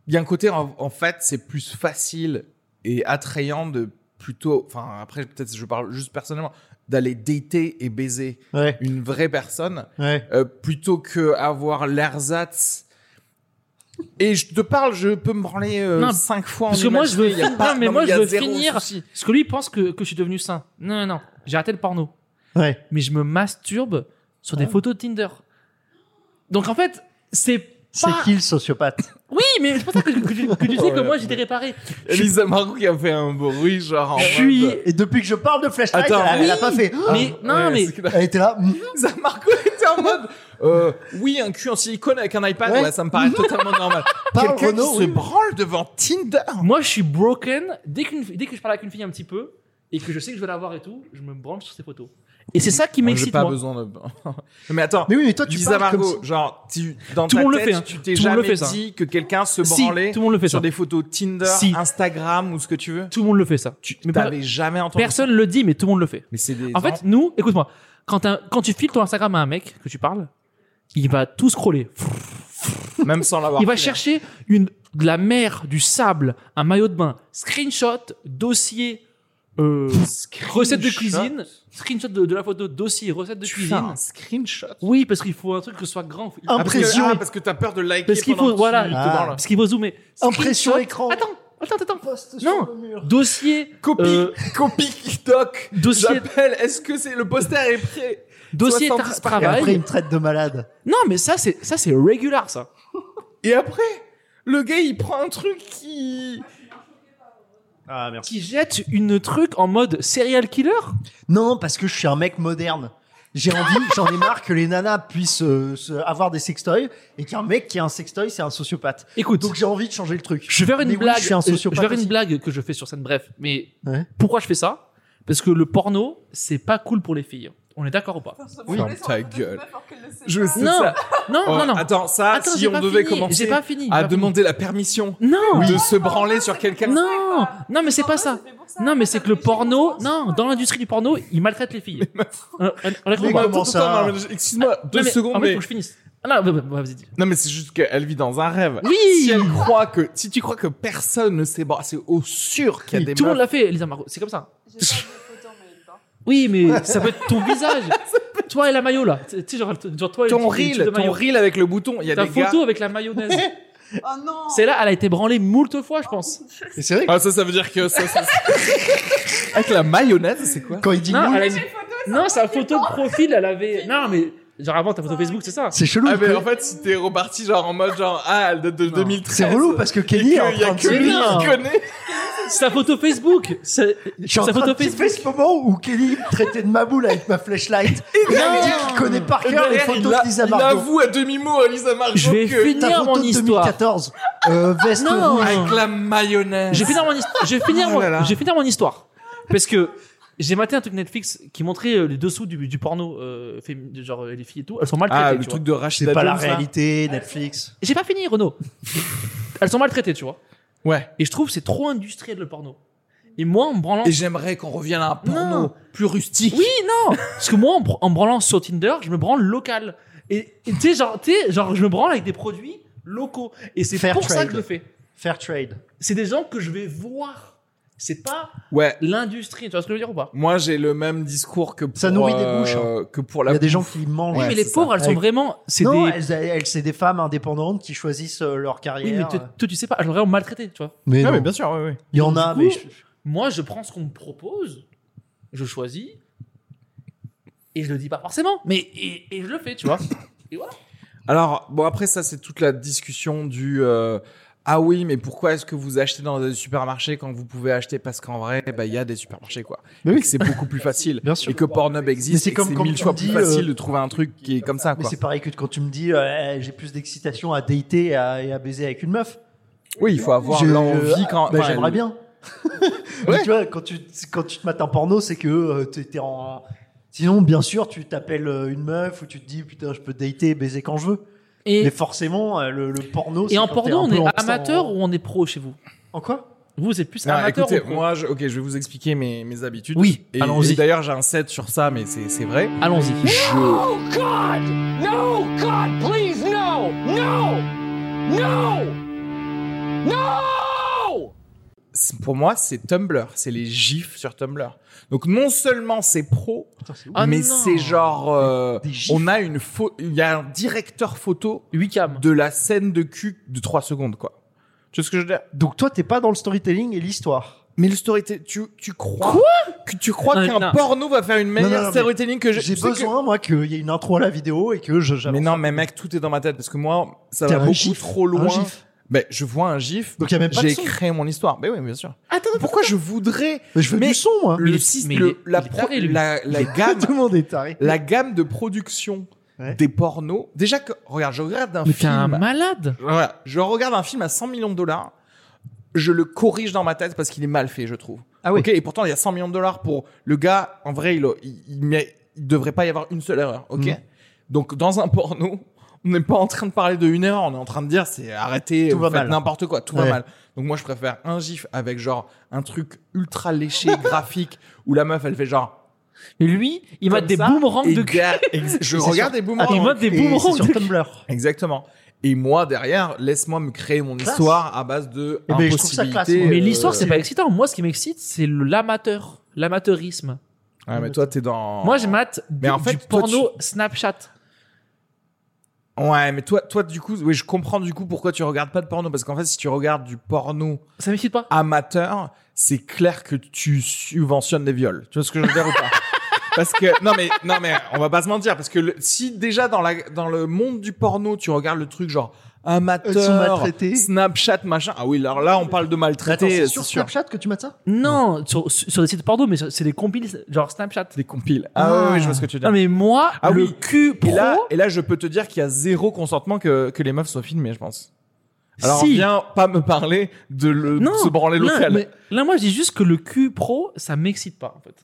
il y a un côté, en, en fait, c'est plus facile et attrayant de plutôt, enfin, après, peut-être je parle juste personnellement, d'aller dater et baiser
Ouais,
une vraie personne
ouais.
euh, plutôt que avoir l'ersatz. Et je te parle, je peux me branler euh,
Non,
cinq fois en
parce que moi, je veux
imaginé, il y a
finir-
pas-
non, mais moi,
il y a
je veux
zéro
finir.
souci.
Parce que lui, il pense que, que je suis devenu sain. Non, non, non. J'ai arrêté le porno.
ouais.
Mais je me masturbe sur des
Ah.
photos de Tinder. Donc en fait, c'est
C'est
pas.
qui le sociopathe
Oui, mais c'est pour ça que, que tu que
Oh
tu disais que
là
moi,
là.
j'étais réparé.
Elisa Marou qui a fait un bruit, genre. en
Je suis-
mode-
Et depuis que je parle de flashlight,
Attends,
elle, elle a
oui.
pas fait. oh,
Mais
Ah,
non,
ouais,
mais
c'est que-
Elle était là. mm.
Ça, Marco était en mode euh, oui un cul en silicone avec un iPad
Ouais.
ouais, ça me paraît totalement normal
Parle,
quelqu'un qui
Renaud,
se
oui.
branle devant Tinder
Moi, je suis broken. Dès, qu'une- dès que je parle avec une fille un petit peu et que je sais que je vais la voir et tout, je me branche sur ses photos. Et c'est
Ah,
ça qui
j'ai
m'excite.
pas
moi.
besoin de mais attends
Mais oui, mais toi, tu
Lisa
parles comme
Margot genre tu, dans
Tout le
ta
monde le
tête
fait, hein.
tu t'es
Tout le monde
jamais
le fait, ça.
dit que quelqu'un se
Si,
branlait
tout le monde le fait
sur
ça.
des photos Tinder
Si.
Instagram ou ce que tu veux
Tout le monde le fait ça.
tu
Mais
t'avais jamais entendu
Personne le dit, mais tout le monde le fait.
ça mais c'est des
En fait, nous, écoute-moi, quand, un- quand tu files ton Instagram à un mec que tu parles, il va tout scroller.
même sans l'avoir
Il va
fait.
chercher une, de la mer, du sable, un maillot de bain, screenshot, dossier, euh, recette de cuisine, screenshot de, de la photo, dossier, recette de
tu fais
cuisine.
un screenshot
Oui, parce qu'il faut un truc que ce soit grand. Il-
Ah,
parce que,
Impression.
ah, parce que t'as peur de liker
Parce qu'il
pendant
faut,
que
voilà,
tu te
Ah.
branles.
parce qu'il faut zoomer.
Impression
Screenshot.
écran.
Attends, attends, attends.
Poste
sur Non.
le mur.
Dossier,
Copie,
Euh,
copie doc.
Dossier-
J'appelle. Est-ce que c'est le poster est prêt
dossier,
70
tra-
par-
Et après, il
travail.
me traite de malade.
Non, mais ça, c'est, ça, c'est regular, ça.
Et après, le gars il prend un truc qui.
Ah, merci.
Qui jette une truc en mode serial killer.
Non, parce que je suis un mec moderne. J'ai envie, j'en ai marre que les nanas puissent euh, se- avoir des sextoys et qu'un mec qui a un sextoy, c'est un sociopathe.
Écoute.
Donc j'ai envie de changer le truc.
Je vais faire une
Mais oui,
blague.
je suis un
euh, je
sociopathe
vais faire une
aussi.
blague que je fais sur scène. Bref, mais
Ouais.
pourquoi je fais ça Parce que le porno, c'est pas cool pour les filles. On est d'accord ou pas
Oui. Ferme ta gueule. Je sais
Non,
ça.
non,
Oh,
non, non.
Attends, ça,
Attends,
si
j'ai
on
pas
devait
fini,
commencer
j'ai pas fini, j'ai
à
pas fini.
demander la permission
Non,
de se branler sur quelqu'un.
non, non, mais c'est pas ça. Non, mais c'est que le porno, non, dans l'industrie du porno, il maltraite les filles. On- on- on est d'accord
Mais
ou pas
Attends,
comment
attends,
ça
attends, mais Excuse-moi, deux
Non, mais,
secondes.
en fait,
mais-
faut que je finisse. Ah, non, bah, bah, vas-y, dis.
Non, mais c'est juste qu'elle vit dans un rêve.
Oui.
Si elle croit que, si tu crois que personne ne sait, bon, c'est au sûr qu'il y a des
Tout le
meufs.
monde l'a fait, Elisa Margot. C'est comme ça.
J'ai pas de photo en mail, hein.
Oui, mais ça peut être ton visage. toi et la maillot, là. Tu sais, genre, genre toi et le
Ton
petit- le petit
reel,
de
ton
maillot.
reel avec le bouton. Il y a
Ta
des gars.
photo avec la mayonnaise.
Oh non
C'est là, elle a été branlée moult fois, je pense.
Et c'est vrai que
Ah, ça, ça veut dire que ça, ça- Avec la mayonnaise, c'est quoi
quand il dit
Non,
moule,
elle a
J'ai
une-
une photo, ça
non,
va.
sa photo de profil, elle avait. Non, mais genre avant ta photo
Ça
Facebook,
va.
c'est ça.
c'est chelou.
Ah, mais
que-
en fait, si t'es reparti genre en mode genre, ah, elle date de 2013.
c'est relou parce que Kelly est en
Il y a
train de
que
se
lui
Non.
dire.
qui connaît.
Sa photo Facebook. Sa,
Ah,
Je suis en
sa
train
photo
de kiffer
Facebook.
ce moment où Kelly me traitait de ma boule avec ma flashlight. Et il me dire qu'il connaît par
Eh
Et
ben,
cœur les
derrière,
photos
il, a-
de Lisa
il
Margot.
avoue à demi-mot à Lisa Margot
Je vais
que
finir
Ta
mon
photo de
histoire.
2014, euh, veste
Non.
rouge.
avec la mayonnaise.
Je vais finir mon, his- je vais finir
Oh
mon-
là là.
je vais finir mon histoire. Parce que j'ai maté un truc Netflix qui montrait euh, les dessous du, du porno, euh, fémi- de genre euh, les filles et tout. Elles sont maltraitées.
Ah,
tu
le
vois.
truc de hein. Rachida
C'est pas la
Jones, là.
réalité, Netflix.
J'ai pas fini, Renaud. Elles sont maltraitées, tu vois.
Ouais.
Et je trouve que c'est trop industriel le porno. Et moi, en me branlant
Et j'aimerais qu'on revienne à un porno
Non.
plus rustique.
Oui, non Parce que moi, en, br- en me branlant sur Tinder, je me branle local. Et et tu sais, genre, tu sais, genre, je me branle avec des produits locaux. Et c'est
Fair
pour ça
trade.
que je le fais.
Fair trade.
C'est des gens que je vais voir. C'est pas
Ouais.
l'industrie, tu vois ce que je veux dire ou pas
Moi, j'ai le même discours que pour, euh,
Ça nourrit des bouches, hein.
que pour
Il
la
y a des gens qui mangent.
Oui,
Ouais,
mais les
c'est
pauvres,
ça.
elles sont
Ouais.
vraiment. C'est
non,
des.
elles, elles- c'est des femmes indépendantes qui choisissent euh, leur
Oui, mais
carrière.
toi, toi, tu sais pas, elles sont vraiment maltraitées, tu vois.
mais
Ah,
non.
mais bien sûr, oui, oui.
il y en a,
Du
mais
coup,
je-
Moi, je prends ce qu'on me propose, je choisis, et je le dis pas forcément, mais et, et je le fais, tu vois.
Alors, bon, après, ça, c'est toute la discussion du. euh, ah oui, mais pourquoi est-ce que vous achetez dans des supermarchés quand vous pouvez acheter Parce qu'en vrai, bah, il y a des supermarchés, quoi.
Mais
Et
oui.
que c'est beaucoup plus facile.
Bien sûr.
Et que Pornhub
Mais
existe.
c'est
et que
comme
C'est
quand
mille
tu
fois
dis,
plus facile
euh,
de trouver un truc qui est comme ça,
Mais
quoi.
c'est pareil que quand tu me dis euh, Eh, j'ai plus d'excitation à dater et à, et à baiser avec une meuf.
Oui, il faut avoir
J'ai-
l'envie quand.
Bah,
enfin,
J'aimerais bien. Mais
Ouais.
tu vois, quand tu, quand tu te mates un porno, c'est que euh, t'es t'es en. Sinon, bien sûr, tu t'appelles euh, une meuf ou tu te dis putain, je peux dater et baiser quand je veux.
Et,
Mais forcément, euh, le, le porno.
et
c'est
en
quand
porno, on
t'es un peu
est
en-
amateur
en-
ou on est pro chez vous
En quoi
Vous, c'est plus
Non,
amateur
écoutez,
ou pro
moi, je, ok, je vais vous expliquer mes, mes habitudes.
Oui,
Et,
allons-y.
et D'ailleurs, j'ai un set sur ça, mais c'est c'est vrai.
Allons-y.
Je- c'est- Pour moi, c'est Tumblr, c'est les gifs sur Tumblr. Donc non seulement c'est pro,
Putain, c'est ouf.
Ah
mais
non.
c'est genre, euh,
Des gifs.
on a une pho- il y a un directeur photo
8 cam.
de la scène de cul de 3 secondes, quoi. Tu vois ce que je veux dire
Donc toi, t'es pas dans le storytelling et l'histoire.
Mais le storytelling, tu, tu crois que tu crois
Non,
qu'un
non.
porno va faire une meilleure
non, non, mais
storytelling que je-
J'ai
tu sais que-
besoin, moi, qu'il y ait une intro à la vidéo et que je. j'avance.
Mais non, mais mec, tout est dans ma tête parce que moi, ça
T'es
va
un
beaucoup
gif,
trop loin.
Un gif.
Mais je vois un gif.
Donc, y a même pas de
J'ai
son.
créé mon histoire. Mais oui, bien sûr.
Attends,
Pourquoi je voudrais
Mais je veux
Mais-
du son, moi.
il
le
est-
sys-
mais il
le-
est-
la,
il est
pro-
taré, lui.
la, la gamme,
Tout le monde est taré.
la gamme de production
Ouais.
des pornos. Déjà que regarde, je regarde un
Mais t'es
film.
un malade
Voilà, je regarde un film à 100 millions de dollars. Je le corrige dans ma tête parce qu'il est mal fait, je trouve.
Ah oui.
Ok, et pourtant, il y a 100 millions de dollars pour le gars. En vrai, il, il, il mé- il devrait pas y avoir une seule erreur. Ok.
Mhm.
Donc, dans un porno, on n'est pas en train de parler de une erreur. On est en train de dire, c'est arrêtez,
Tout
vous
va
faites
mal.
n'importe quoi, tout va
Ouais.
mal. Donc, moi, je préfère un gif avec genre un truc ultra léché, graphique, où la meuf, elle fait genre.
Mais lui, il m'a
comme
des
ça,
boomerangs
et
de cul.
gar- ex- Je
Et c'est
regarde
sur-
des boomerangs.
Il m'a des
Et c'est
boomerangs
sur
de cul.
Tumblr.
Exactement. Et moi, derrière, laisse-moi me créer mon
Classe.
histoire à base de
Eh ben, je trouve ça
impossibilité.
classe, moi.
Mais
euh,
l'histoire, c'est pas excitant. Moi, ce qui m'excite, c'est le- l'amateur, l'amateurisme.
Ouais, mais toi, t'es dans...
Moi, je mate
Mais
du,
en fait,
du
toi,
porno Snapchat.
Ouais, mais toi, toi, du coup... Oui, je comprends du coup pourquoi tu regardes pas de porno. Parce qu'en fait, si tu regardes du porno
Ça m'excite pas.
amateur, c'est clair que tu subventionnes les viols. Tu vois ce que je veux dire ou pas Parce que non mais non mais on va pas se mentir parce que le- si déjà dans la dans le monde du porno tu regardes le truc genre
Elles sont
amateur,
maltraitées.
Snapchat machin ah oui alors là on parle de
Attends,
maltraité
c'est
c'est
sur
sûr
Snapchat que tu mates ça
Non, sur, sur des sites porno, mais sur- c'est des compiles genre Snapchat.
des compiles ah,
Ah.
oui, oui je vois ce que tu veux dire
Non, mais moi,
Ah
le
oui.
cul pro.
Et là, et là, je peux te dire qu'il y a zéro consentement que, que les meufs soient filmées, je pense. Alors,
Si.
viens pas me parler de, le, de
Non,
se branler
là,
local.
mais- là, moi, je dis juste que le cul pro, ça m'excite pas, en fait.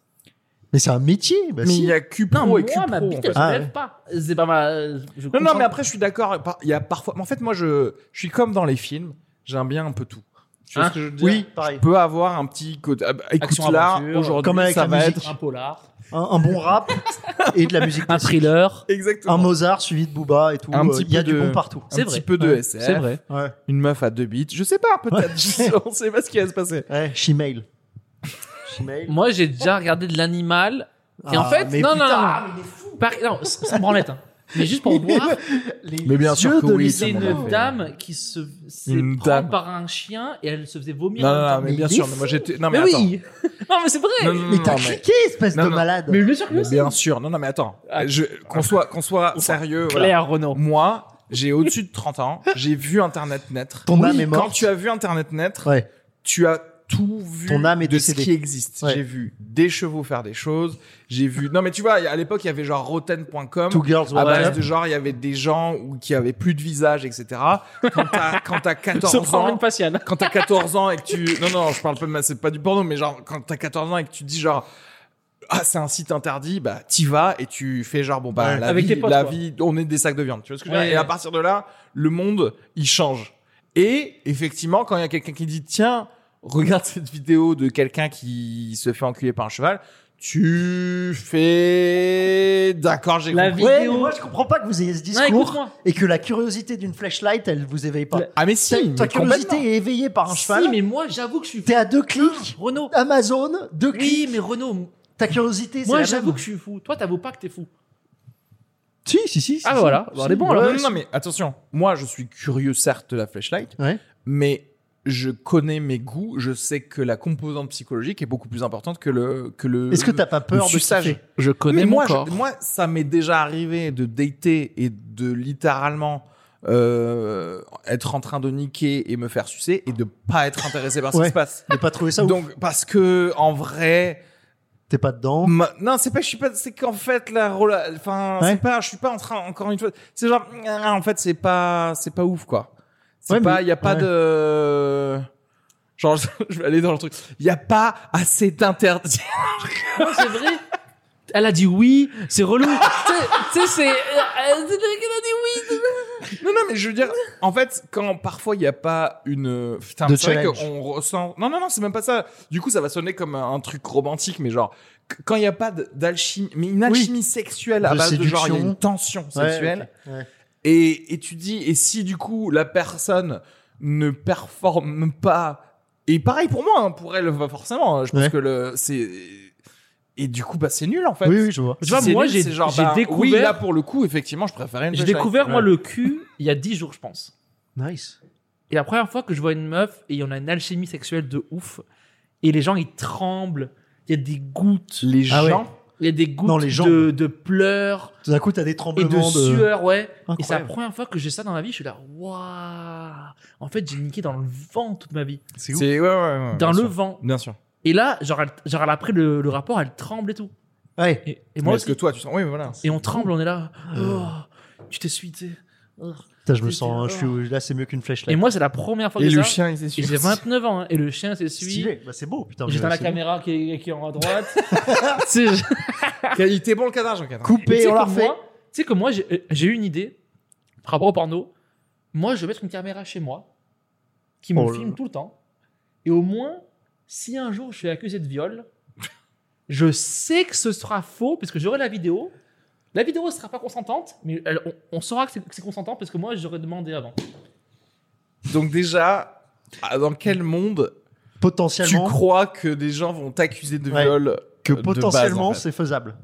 Mais c'est un métier. Bah,
Mais
si.
il y a Q
Non,
pro
moi,
et Q
ma
pro,
bite,
en
elle
fait.
se
Ah,
lève
ouais.
pas. C'est pas ma. je
Non, non,
comprends.
mais après, je suis d'accord. par- Il y a parfois. En fait, moi, je, je suis comme dans les films. J'aime bien un peu tout. Tu vois
Hein
ce que je veux dire
Oui, pareil.
Je peux avoir un petit côté. ah, bah, écoute,
Action,
là,
aventure,
aujourd'hui,
comme avec
ça
la
va
musique.
être.
Un polar,
Un, un bon rap et de la musique.
un
classique.
thriller.
Exactement.
Un Mozart suivi de Booba et tout.
Un
euh,
petit
Il y a
peu
du
de-
bon partout.
C'est
un
vrai.
petit peu de
Ouais,
SF.
C'est vrai.
Ouais.
Une meuf à deux bits. Je sais pas, peut-être. on sait pas ce qui va se passer.
Ouais, Shemale. Shemale.
Moi, j'ai déjà regardé de l'animal. Et
Ah,
en fait,
mais
non, non,
putain,
non, non. Par- non, s- sans branlette. hein. Mais juste pour voir,
les
Mais bien
yeux
sûr que
de
oui,
Lisa
c'est
ça, on l'a
une
fait.
dame qui se s'est
Une
prend
dame.
par un chien et elle se faisait vomir.
Non,
en
non,
même temps.
non, mais
Mais
bien
il est
sûr. mais
fou.
moi, j'étais. Non, mais,
Mais
attends.
oui. non, mais c'est vrai.
Non, non,
Mais t'as
non,
cliqué, espèce
Non,
de
non.
malade.
Mais je suis sûr que
Mais
c'est
bien sûr, non, non, mais attends,
Ah.
Je- qu'on soit, qu'on soit sérieux, voilà.
Claire Renaud.
moi, j'ai au-dessus de 30 ans, j'ai vu Internet naître.
Ton âme
Oui,
est
Quand
morte.
tu as vu Internet naître,
Ouais.
tu as tout vu
Ton âme est
de ce
décédée.
qui existe.
Ouais.
J'ai vu des chevaux faire des choses, j'ai vu... Non, mais tu vois, à l'époque, il y avait genre roten.com,
Two girls,
à
one
base
cup.
de genre, il y avait des gens ou qui avaient plus de visage, etc. Quand t'as, quand t'as
Se
14
prendre
ans,
une faciale.
quand t'as 14 ans et que tu non non je parle pas de ma- c'est pas du porno mais genre quand t'as 14 ans et que tu te dis genre ah c'est un site interdit bah t'y vas et tu fais genre bon bah
Ouais.
la
Avec
vie
tes potes,
la
quoi.
vie on est des sacs de viande tu vois ce que je veux
Ouais,
dire et à
ouais.
partir de là le monde il change et effectivement quand il y a quelqu'un qui dit tiens regarde cette vidéo de quelqu'un qui se fait enculer par un cheval Tu fais. D'accord, j'ai
La
compris.
vie-
Ouais, mais
Vidéo.
moi je comprends pas que vous ayez ce
Non,
discours
écoute-moi.
et que la curiosité d'une flashlight, elle vous éveille pas.
La-
Ah, mais si,
Ta-
mais
ta curiosité
complètement.
est éveillée par un cheval.
Si, mais moi, j'avoue que je suis
T'es à deux clics.
Renaud.
Ah.
Amazon, deux
Oui,
clics.
mais Renaud,
Ta curiosité, c'est
moi,
la
j'avoue
même.
que je suis fou. Toi, t'avoues pas que t'es fou.
Si, si, si. si,
Ah,
si.
voilà. Bon, on est bon, alors.
Non, non, mais attention. Moi, je suis curieux, certes, de la flashlight,
Ouais.
mais je connais mes goûts. Je sais que la composante psychologique est beaucoup plus importante que le. Que le
Est-ce que t'as pas peur
le
de
suçage.
kiffer
Euh, Je connais
mais moi, je- moi, ça m'est déjà arrivé de dater et de littéralement euh, être en train de niquer et me faire sucer et de pas être intéressé par ce
Ouais.
qui se passe.
De pas trouver ça ouf.
Donc, parce que en vrai,
T'es pas dedans.
ma- non, c'est pas, je suis pas, c'est qu'en fait la, rela- enfin,
Ouais.
c'est pas, je suis pas en train, encore une fois, c'est genre, ah, en fait, c'est pas, c'est pas ouf quoi. C'est
Ouais,
pas,
mais-
il y a pas
ouais.
de, genre, je vais aller dans le truc. Il y a pas assez d'interdits.
Moi, c'est vrai. Elle a dit oui, c'est relou. tu sais- tu sais, c'est. Elle a dit oui.
Non, non, mais je veux dire, en fait, quand parfois il n'y a pas une. Putain,
De
c'est vrai
challenge.
qu'on ressent. Non, non, non, c'est même pas ça. Du coup, ça va sonner comme un, un truc romantique, mais genre, qu- quand il n'y a pas de- d'alchimie, mais une alchimie sexuelle à
De
base de genre, il y a
séduction.
une tension
Ouais,
sexuelle.
ok. Ouais.
Et, et tu dis, et si du coup la personne ne performe pas, et pareil pour moi, hein, pour elle, bah, forcément, hein, je pense
Ouais.
que le. C'est. Et du coup, bah, c'est nul en fait.
Oui, oui, je vois.
Tu vois,
C'est
moi,
nul,
j'ai-
c'est genre,
j'ai
bah, Oui,
découvert-
là, pour le coup, effectivement, je préférais une
J'ai
flashlight.
découvert,
Ouais.
moi, le cul il y a 10 jours, je pense.
Nice.
Et la première fois que je vois une meuf et on a une alchimie sexuelle de ouf, et les gens, ils tremblent. Il y a des gouttes.
Les
Ah ouais.
gens.
Il y a des gouttes
Dans les jambes.
de, de pleurs
Tout d'un coup, t'as des
et
tremblements
de sueur, ouais. Et c'est la
Incroyable.
première fois que j'ai ça dans ma vie. Je suis là, waouh. En fait, j'ai niqué dans le vent toute ma vie.
C'est ouf.
C'est ouais, ouais, ouais, bien
dans le
sûr.
vent.
Bien sûr.
Et là, genre, elle, genre elle a pris le, le rapport, elle tremble et tout.
Ouais.
Et, et
Et
moi
moi,
aussi.
est-ce que toi, tu sens Oui, mais voilà.
Et on tremble, on est là. Oh, tu t'essuies, tu sais. Oh.
Putain, je me sens. Je suis là, c'est mieux qu'une
Et
flashlight.
moi, c'est la première fois que j'ai ça.
il s'est
Et j'ai 29 ans, hein, et le chien s'essuie.
Stylé. Bah, c'est beau. Putain. mais
J'éteins la
c'est beau.
caméra qui est, qui est en haut à droite. Tu sais, je-
Il était bon le cadavre, jean
Et tu
Coupé,
sais
on la
que
refait.
moi- Tu sais que moi, j'ai euh, j'ai eu une idée par rapport au porno. Moi, je vais mettre une caméra chez moi qui me
Oh là
filme
là.
tout le temps. Et au moins, si un jour je suis accusé de viol, je sais que ce sera faux parce que j'aurai la vidéo. La vidéo ne sera pas consentante, mais elle- on, on saura que c'est- que c'est consentant parce que moi, j'aurais demandé avant.
Donc déjà, ah, dans quel monde tu
Potentiellement.
crois que des gens vont t'accuser de
Ouais.
viol
que
euh, de base,
potentiellement
en fait
c'est faisable.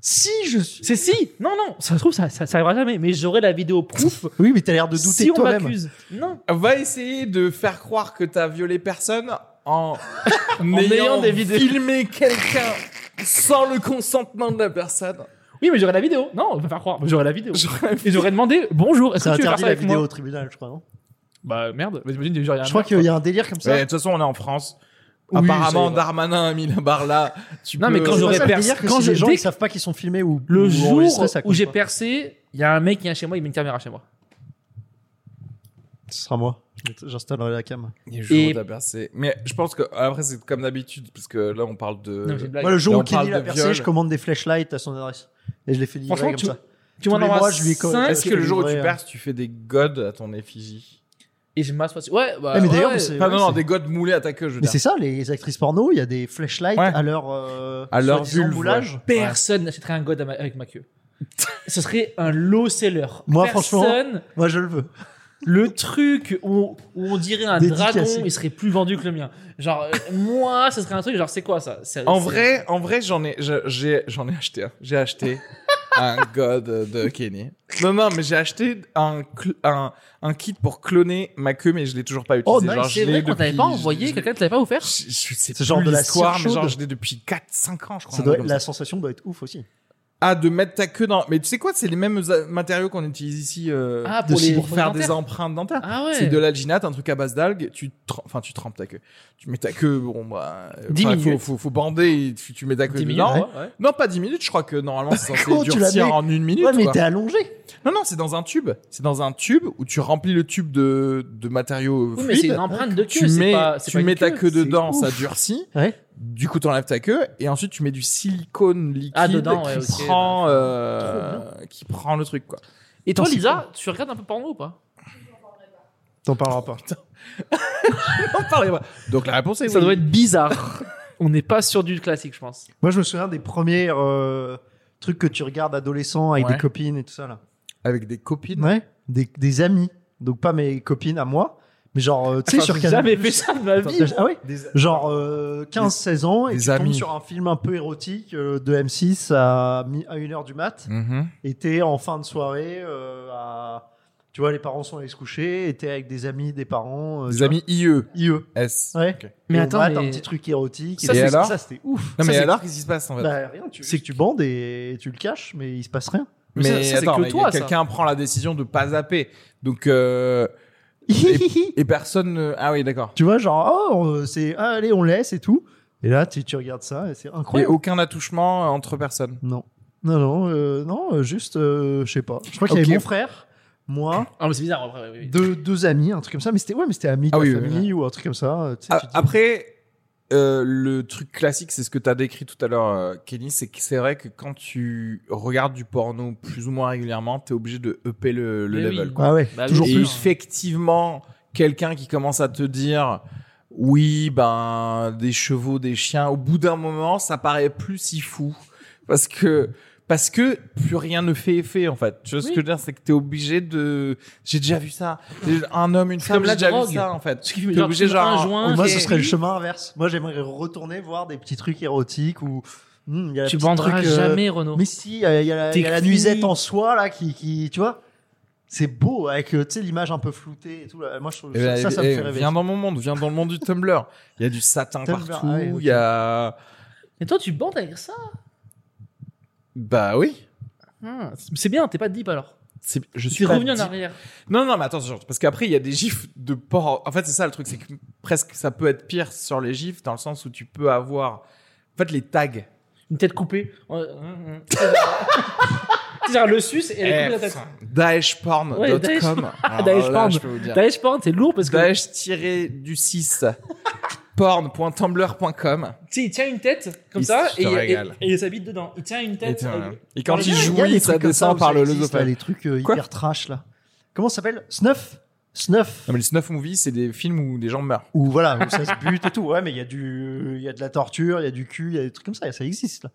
Si je suis.
C'est si Non, non, ça se trouve, ça ça, ça arrivera jamais, mais j'aurai la vidéo proof
Oui, mais t'as l'air de douter
si on
toi-même.
m'accuse. Non.
Va essayer de faire croire que t'as violé personne en, en
ayant des vidéos.
filmé quelqu'un sans le consentement de la personne.
Oui, mais j'aurai la vidéo. Non, on va faire croire. J'aurai la vidéo.
J'aurais-
Et j'aurais demandé, bonjour, est-ce
C'est
que tu veux faire
interdit
ça
la
avec
vidéo
moi
au tribunal, je crois. non
Bah merde, Bah, j'imagine genre, il y a un
je crois
meurtre,
qu'il y
quoi.
a un délire comme ça.
Ouais, de toute façon, on est en France.
Oui,
Apparemment,
c'est-
Darmanin a mis la barre là. Tu
Non, mais
peux-
quand
C'est
j'aurais
pas ça, le
percé-
délire que
quand
si
je-
les gens
dès
ne
que-
savent pas qu'ils sont filmés ou
Le
ou
jour
enregistrés, ça
où
compte
j'ai
pas.
percé, il y a un mec qui vient chez moi, il met une caméra chez moi.
ce sera moi. J'installerai la cam.
Le jour où
Et-
t'as percé. Mais je pense que après c'est comme d'habitude parce que là on parle de.
Non, j'ai une blague.
Moi, le jour
Là,
où
on parle
Kenny l'a
de
percé,
viol.
je commande des flashlights à son adresse et je les fais livrer
Franchement,
comme
tu-
ça.
tu m'en
tous les
envoies
mois, je lui colle.
cinq,
Est-ce que le jour où tu
hein.
Ouais.
perces, tu fais des godes à ton effigie
et je m'assois. sur- Ouais, bah.
Eh, mais
ouais,
d'ailleurs,
ouais.
c'est-
Enfin, non, non,
c'est-
des godes moulés à ta queue, je veux
Mais
dire.
c'est ça, les actrices porno, il y a des flashlights
Ouais.
à leur euh,
À leur
soi-disant
vulve,
moulage.
personne n'achèterait un god à ma- avec ma queue. Ce serait un low seller.
Moi,
Personne-
franchement- Moi, je le veux.
le truc où, où on dirait un
Dédicacé.
dragon, il serait plus vendu que le mien. Genre, euh, moi, ce serait un truc, genre, c'est quoi ça C'est-
En
c'est-
vrai, en vrai, j'en ai, je- j'ai, j'en ai acheté un. J'ai acheté un god de Kenny. Non, non, mais j'ai acheté un, cl- un, un kit pour cloner ma queue, mais je l'ai toujours pas utilisé.
Oh, nice,
genre, je
C'est vrai
l'ai
qu'on t'avait
depuis-
pas
je-
envoyé, quelqu'un te l'avait pas offert
je, je sais
C'est
plus
genre de la
l'histoire,
cire
mais genre
chaude.
je l'ai depuis 4-5 ans, je crois.
Ça
un
doit-
truc comme
la sensation doit être ouf aussi.
Ah, de mettre ta queue dans. Mais tu sais quoi, c'est les mêmes euh, matériaux qu'on utilise ici euh,
Ah, pour les- pour les
faire des
dentaires.
empreintes dentaires.
Ah ouais.
C'est de l'alginate, un truc à base d'algues. Tu, tre- enfin, tu trempes ta queue. Tu mets ta queue, bon, bah, euh,
Dix
enfin,
minutes.
Faut, faut, faut bander. Et tu, tu mets ta queue
10 minutes,
dedans.
ouais, ouais.
Non, pas 10 minutes. Je crois que normalement c'est censé
Con, tu la
durcir
mets.
en une minute.
ouais, mais
quoi.
t'es allongé.
Non, non, c'est dans un tube. C'est dans un tube où tu remplis le tube de, de matériaux
Oui, mais c'est
fluides.
une empreinte de queue.
tu
c'est
mets,
pas- c'est
tu
pas une
mets ta queue
c'est-
dedans, ça
ouf.
durcit.
Ouais.
Du coup, t'enlèves ta queue et ensuite tu mets du silicone liquide
Ah, dedans,
qui
ouais, ok. bah,
prend, euh, qui prend le truc quoi.
Et toi,
Putain, c'est
Lisa, tu regardes un peu porno ou pas
T'en parleras pas.
Oh,
On parlera pas. Donc la réponse est Eh oui.
être bizarre. on n'est pas sur du classique, je pense.
Moi, je me souviens des premiers euh, trucs que tu regardes adolescent avec
Ouais.
des copines et tout ça là.
Avec des copines.
Ouais. Des, des amis. Donc pas mes copines à moi, mais genre euh, tu sais
Enfin,
sur
j'ai
Canal+.
Jamais fait ça de ma vie.
T'as- Ah oui.
Des-
Genre 15-16 ans et
des
tu tombes
amis.
sur un film un peu érotique euh, de M6 à, mi- à 1h du mat.
Mhm.
Et t'es en fin de soirée euh, à- Tu vois, les parents sont allés se coucher et t'es avec des amis, des parents. euh, tu
Des
vois.
amis IE.
IE.
S.
Ouais.
Ok.
Mais
Et on
attends,
mate
mais-
un petit truc érotique.
Ça, Et c'est- alors
ça c'était ouf.
Non,
Ça,
mais
c'est-
alors, qu'est-ce qui se passe en fait
Bah, rien, tu,
C'est-
c'est que tu bandes et tu le caches, mais il se passe rien.
mais ça-
Mais
ça, c'est
attends,
que
mais il y a
toi, ça.
quelqu'un prend la décision de pas zapper. Donc, euh, et personne. ne- Ah oui, d'accord.
tu vois, genre, oh, on- c'est, ah, allez, on laisse et tout. Et là, tu, tu regardes ça et c'est
Et
incroyable.
aucun attouchement entre personnes.
Non, non, non, euh, non, euh, juste, euh, je sais pas. Je crois qu'il y
Ok.
avait mon frère, moi,
Ah, mais c'est bizarre. après, oui, oui.
deux, deux amis, un truc comme ça. Mais c'était, ouais, mais c'était amis de
Ah
la
oui, oui,
famille ou un truc comme ça. euh, tu sais,
Ah,
tu te dis-
Après, euh, le truc classique, c'est ce que tu as décrit tout à l'heure, euh, Kenny, c'est que c'est vrai que quand tu regardes du porno plus ou moins régulièrement, tu es obligé de upper le, le
Mais
level.
oui.
quoi.
ah ouais,
Bah,
toujours
Et
oui,
plus.
hein.
effectivement, quelqu'un qui commence à te dire oui, ben des chevaux, des chiens, au bout d'un moment, ça paraît plus si fou parce que parce que plus rien ne fait effet en fait. Tu vois ce que
Oui.
je veux dire, c'est que t'es obligé de. J'ai déjà vu ça. Un homme, une
C'est
femme,
comme la
j'ai déjà
drogue.
vu ça en fait.
Ce qui fait
T'es
genre,
obligé,
tu fumes un
genre,
joint,
moi,
et-
ce serait le chemin inverse. Moi, j'aimerais retourner voir des petits trucs érotiques ou. Hmm, il y a
Tu
le petit
banderas
truc, euh,
jamais, Renaud.
Mais si, euh, il y a, la, il y a la
T'écris.
nuisette en soie là qui, qui tu vois, c'est beau avec euh, tu sais l'image un peu floutée et tout. là. Moi je trouve
Eh
ça,
ben,
ça, ça
eh,
me fait rêver.
Viens dans mon monde, viens dans le monde du Tumblr. Il y a du satin
Tumblr,
partout,
ah ouais, ok.
il y a...
Mais toi, tu bandes avec ça.
Bah oui.
C'est bien, t'es pas deep alors.
C'est- Je
Tu es
suis pas
revenu en
dit-
arrière.
Non, non, mais attends, genre, parce qu'après, il y a des gifs de porc. En fait, c'est ça le truc, c'est que presque ça peut être pire sur les gifs, dans le sens où tu peux avoir. En fait, les tags.
Une tête coupée. Ouais, ouais, ouais. C'est-à-dire le sus et elle est coupée la tête.
Daeshporn.com.
Ouais, Daesh-
Alors
Daesh
là,
porn.
je peux vous dire.
Daesh porn, c'est lourd parce que
Daesh-du-6. Porn.tumblr.com.
tu sais, il tient une tête comme
Il
ça
se
et, et, et
régale.
il s'habite dedans. Il tient une
Et, euh,
tête. euh, avec-
et quand
Il y
il hein.
a- il y a
jouit, ça descend par le l'œsophage.
Les trucs euh,
Quoi
hyper trash là. Comment ça s'appelle Snuff Snuff.
Non, mais les snuff movies, c'est des films où des gens meurent.
Ou voilà, où ça se bute et tout. Ouais, mais il y a du, il y a de la torture, il y a du cul, il y a des trucs comme ça. Ça existe là.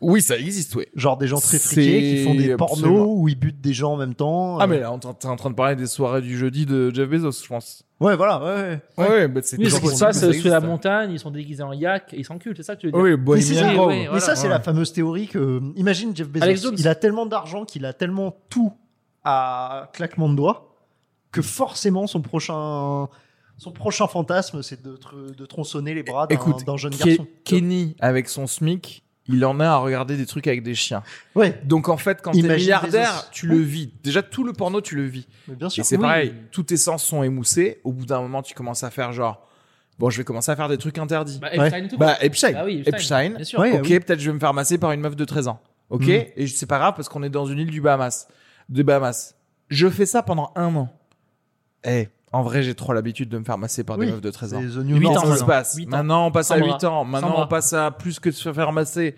Oui, ça existe, oui.
Genre des gens très
C'est-
friqués qui font des pornos
absolument.
où ils butent des gens en même temps.
Ah,
Euh,
mais là, on t'en- t'es en train de parler des soirées du jeudi de Jeff Bezos, je pense.
Ouais, voilà. ouais, Ouais.
Ouais, ouais, bah, c'est
Oui, ce
toujours
qui se
possible,
passe
ça
sous la
existe. Ah
montagne, ils sont déguisés en yak et ils s'enculent, c'est ça que tu veux dire
Oui, Bohemian
c'est ça,
Grove.
ouais,
Mais
Voilà.
ça, c'est
Ouais.
la fameuse théorie que. euh, Imagine Jeff Bezos.
hein. Alex Jones.
Il a tellement d'argent qu'il a tellement tout à claquement de doigts que forcément son prochain. Son prochain fantasme, c'est de, tr- de tronçonner les bras d'un
Écoute,
d'un jeune
Ke-
garçon.
Kenny, avec son SMIC, il en a à regarder des trucs avec des chiens.
Ouais,
Donc en fait, quand t'es
Imagine
milliardaire,
Bezos.
tu le vis. Déjà, tout le porno, tu le vis.
mais bien
Et
sûr.
c'est
oui.
pareil, tous tes sens sont émoussés. Au bout d'un moment, tu commences à faire genre, bon, je vais commencer à faire des trucs interdits.
Bah,
Bah,
Epstein et tout. quoi.
Epstein.
Ah oui, Hmm. Epstein.
Epstein.
Bien sûr.
Ouais,
ok,
oui.
peut-être je vais me faire masser par une meuf de 13 ans. Ok,
Mhm.
et c'est pas grave parce qu'on est dans une île du Bahamas. De Bahamas. Je fais ça pendant un an. Eh, en vrai, j'ai trop l'habitude de me faire masser par des
Oui,
meufs de 13
C'est
ans.
The New
Huit
Huit
ans,
Normal.
ans, ça se
maintenant.
passe.
Huit ans.
Maintenant, on passe
Sans
à
bras.
8 ans. Maintenant,
Sans bras.
on passe à plus que de se faire masser.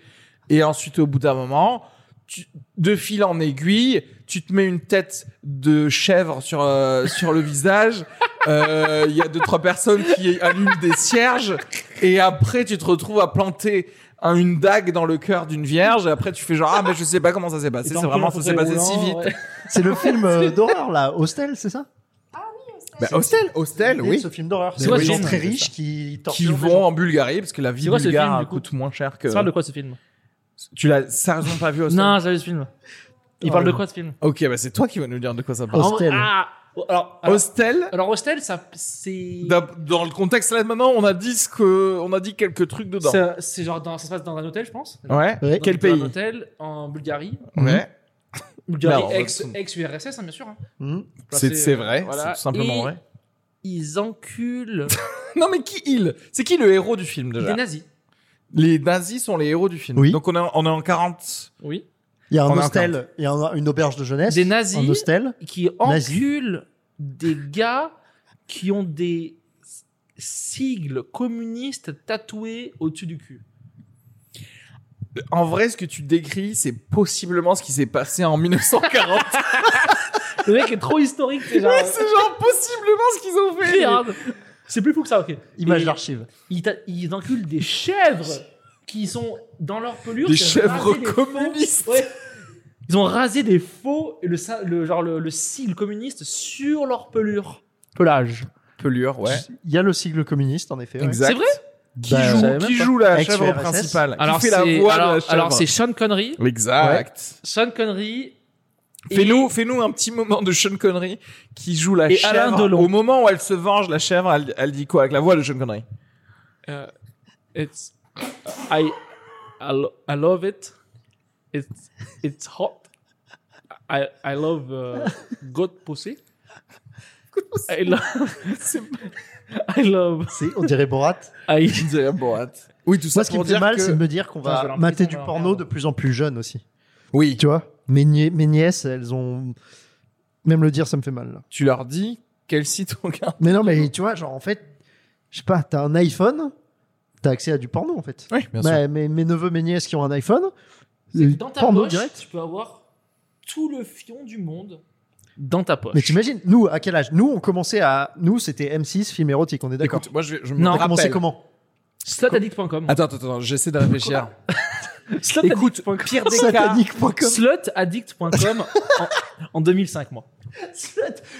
Et ensuite, au bout d'un moment, tu- de fil en aiguille, tu te mets une tête de chèvre sur, euh, sur le visage. Euh, Il y a deux, trois personnes qui allument des cierges. Et après, tu te retrouves à planter un- une dague dans le cœur d'une vierge. Et après, tu fais genre, ah, mais je sais pas comment ça s'est passé.
Et
C'est
t'encules
vraiment,
en
ça s'est
fauteuil
passé si
roulant,
vite.
ouais.
C'est le film euh, d'horreur, là, Hostel, c'est ça
Bah, hostel, hostel,
L'idée de
oui.
Ce film d'horreur.
C'est
C'est
quoi
des
ce
gens
film
très
C'est
riches qui
Qui
torturent des
vont
gens.
en Bulgarie, parce que la vie
C'est quoi ce film,
bulgare
du coup
coûte moins cher que.
Ça parle de quoi ce film
Tu l'as sérieusement pas vu, Hostel
Non, j'ai vu ce film. Il
Ah,
parle de
oui.
quoi ce film
Ok, bah c'est toi qui vas nous dire de quoi ça
Ah,
parle.
en-
Hostel.
Ah, alors, alors,
Hostel,
alors, Hostel, ça, c'est.
d'ab- dans le contexte là maintenant, on a dit ce que, on a dit quelques trucs dedans.
ça- C'est genre, dans, ça se passe dans un hôtel, je pense.
Ouais.
Ouais.
Dans-
Quel
dans
pays
Un hôtel en Bulgarie.
Ouais.
Bulgarie
Non, on va-
ex- ex-URSS, hein, bien sûr. hein.
Mmh.
Hmm.
C'est
Placé,
c'est
euh,
vrai,
voilà.
c'est tout simplement
Et
vrai.
Ils enculent
Non mais qui il C'est qui le héros du film
des
déjà
nazis.
Les nazis sont les héros du film.
Oui.
Donc on est, on est en 40.
Oui.
Il y a un
On a un
hostel, il y a un- une auberge de jeunesse.
Des nazis.
Un hostel.
qui
Nazi.
enculent des gars qui ont des sigles communistes tatoués au-dessus du cul.
En vrai, ce que tu décris, c'est possiblement ce qui s'est passé en 1940.
Le mec est trop historique, c'est genre.
Ouais, c'est genre possiblement ce qu'ils ont fait.
Regarde, C'est plus fou que ça, ok.
Image
Et
d'archive.
Ils, t'a- ils inculent des chèvres qui sont dans leur pelure.
Des
qui ont
chèvres
rasé des faux-
communistes.
Ouais. Ils ont rasé des faux, et le, sa- le, genre le, le sigle communiste sur leur pelure. Pelage.
Pelure, ouais.
Il y a le sigle communiste, en effet. ouais.
Exact.
C'est vrai
Qui
Bah, je
joue,
savais même
qui
pas.
joue la
Ex
chèvre
URSS.
principale Qui
Alors
fait
c'est
la voix de la
alors-
chèvre
alors, c'est Sean Connery.
Exact.
Sean Connery. et-
Fais-nous fais un petit moment de Sean Connery qui joue la
Et
chèvre.
Alain Delon.
Au moment où elle se venge, la chèvre, elle, elle dit quoi Avec la voix de Sean Connery.
Euh, it's I, I lo- I love it. It's it's hot. I I love uh, good pussy. I love. I love.
C'est- On dirait Borat.
I
Oui, tout ça
Moi, ce qui me fait mal, c'est de me dire qu'on
Putain, je vais
va
leur
mater
prison,
du
on va
porno
regarder.
de plus en plus jeune aussi.
Oui,
Tu vois mes, nie- mes nièces, elles ont. Même le dire, ça me fait mal. là.
tu leur dis quel site on regarde.
Mais non, mais tu vois, genre, en fait, je sais pas, t'as un iPhone, t'as accès à du porno, en fait.
Oui, bien
Bah, mes, mes neveux, mes nièces qui ont un iPhone,
C'est
euh,
que dans ta
porno
poche,
direct.
tu peux avoir tout le fion du monde dans ta poche.
Mais t'imagines, nous, à quel âge Nous, on commençait à. Nous, c'était M6, film érotique, on est d'accord.
Écoute, moi, je, vais- je me
Non.
On a commencé
rappelle.
comment
Slutaddict.com.
Attends, attends, attends, j'essaie de réfléchir.
Slutaddict.com.
Écoute, pire des cas.
Satanique.com.
Slutaddict.com en, en 2005 moi.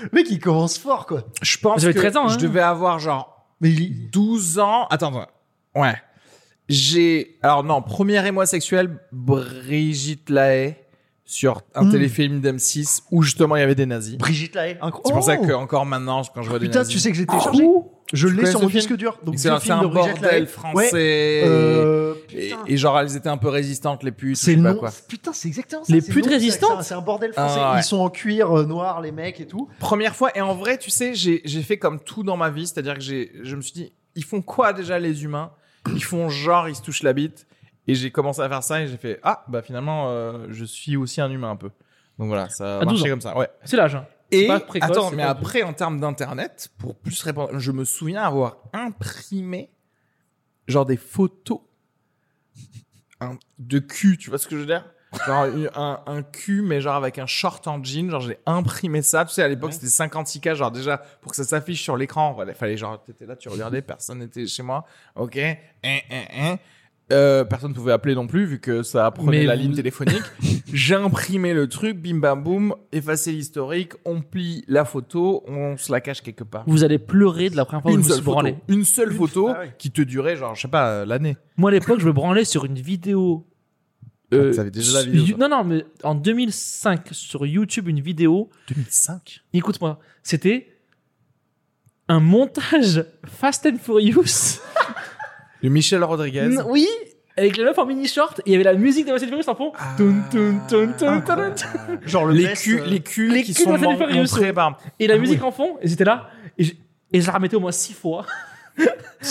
Le mec, il commence fort, quoi.
Je pense
J'avais
que
13 ans, hein.
je devais avoir genre
Mais il-
12 ans. Attends, attends. Ouais. J'ai. Alors, non, premier émoi sexuel, Brigitte Lahaye sur un
Mm.
téléfilm d'M6 où justement il y avait des nazis.
Brigitte Lahaye, incroyable.
C'est pour ça que encore maintenant, quand je vois des
Oh Putain,
nazis.
tu sais que
Ah,
j'ai téléchargé. Je l'ai
connais
sur
ce
mon
film
disque dur. Donc,
c'est
vieux
un, c'est
film
un
de Brigitte Lahaye.
bordel français.
Ouais. Euh,
et,
putain.
et genre, elles étaient un peu résistantes, les putes.
C'est
je
le
sais pas
nom.
quoi.
Putain, c'est exactement ça.
Les
c'est
putes
le nom, c'est-
résistantes
C'est un bordel français.
Ah ouais.
Ils sont en cuir euh, noir, les mecs et tout.
Première fois, et en vrai, tu sais, j'ai j'ai fait comme tout dans ma vie, c'est-à-dire que j'ai, je me suis dit, ils font quoi déjà les humains Ils font genre, ils se touchent la bite, et j'ai commencé à faire ça, et j'ai fait, ah, bah finalement, euh, je suis aussi un humain un peu. Donc voilà, ça a
12
marché
ans.
comme ça, ouais.
C'est l'âge. hein.
Et
pas précoce,
attends,
c'est
mais
pas-
après, en termes d'internet, pour plus répondre, je me souviens avoir imprimé genre des photos un- de cul, tu vois ce que je veux dire Genre un, un cul, mais genre avec un short en jean, genre j'ai imprimé ça. Tu sais, à l'époque,
Ouais.
c'était 56K, genre déjà, pour que ça s'affiche sur l'écran, voilà, il fallait genre, t'étais là, tu regardais, personne n'était chez moi, ok, hein, hein, hein. Euh, personne ne pouvait appeler non plus vu que ça prenait
Mais
la
vous-
ligne téléphonique. J'ai imprimé le truc, bim bam boum, effacer l'historique, on plie la photo, on se la cache quelque part.
Vous allez pleurer de la première fois que
Une
vous vous
seule, photo,
branlez.
une seule
Une-
photo
Ah ouais.
qui te durait genre je sais pas euh, l'année.
Moi, à l'époque, je me branlais sur une vidéo.
Ah, t'avais déjà la vidéo,
su-
toi.
Non, non, mais en 2005, sur YouTube, une vidéo.
2005.
Écoute-moi, c'était un montage Fast and Furious.
De Michel Rodriguez.
Non, oui, avec les meufs en mini-short. et Il y avait la musique de Fast and Furious en fond.
Ah.
Toun, toun, toun, toun, toun, toun.
Genre le
Les
best,
culs,
euh,
les culs
les
qui
culs
sont
dans les
mon-
Furious.
montrés par.
Et la
Ah
musique en fond. Et c'était là. Et je, et je la remettais au moins six fois.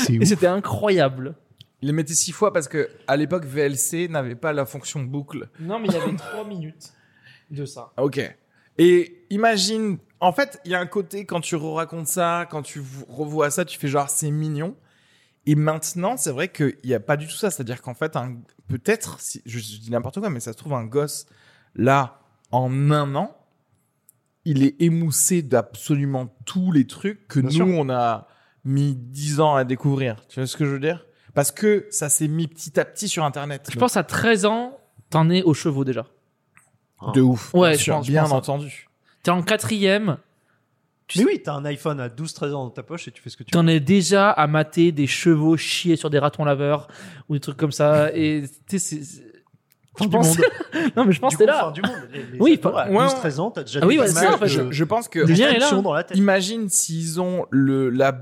Et c'était incroyable.
Il les mettait six fois parce que à l'époque VLC n'avait pas la fonction boucle.
Non, mais il y avait trois minutes de ça.
Ah, Ok. Et imagine, en fait, il y a un côté quand tu racontes ça, quand tu v- revois ça, tu fais genre c'est mignon. Et maintenant, c'est vrai qu'il n'y a pas du tout ça. C'est-à-dire qu'en fait, un- peut-être, si, je, je dis n'importe quoi, mais ça se trouve, un gosse, là, en un an, il est émoussé d'absolument tous les trucs que
Bien
nous,
sûr.
on a mis dix ans à découvrir. Tu vois ce que je veux dire Parce que ça s'est mis petit à petit sur Internet.
Je pense à 13 ans, t'en es aux chevaux déjà.
de ouf.
Ouais,
bien
je
sûr,
pense- je
bien
pense, hein.
entendu.
T'es en quatrième, tu
Mais
sais-
oui, t'as un iPhone à 12-13 ans dans ta poche et tu fais ce que tu veux.
t'en es déjà à mater des chevaux chiés sur des ratons laveurs ou des trucs comme ça. Et tu sais, c'est- c'est- je
Fin du
pense-
monde.
non, mais je pense
Du
que t'es
coup,
là.
fin du monde. Les- les
Oui,
ados,
pas-
à
ouais,
12-13 ans, t'as déjà
Ah oui,
des
ouais,
Parce
c'est
images
ça, en fait,
que je,
de-
je pense que
Le lien est là.
d'instructions dans la tête.
Imagine s'ils ont le, la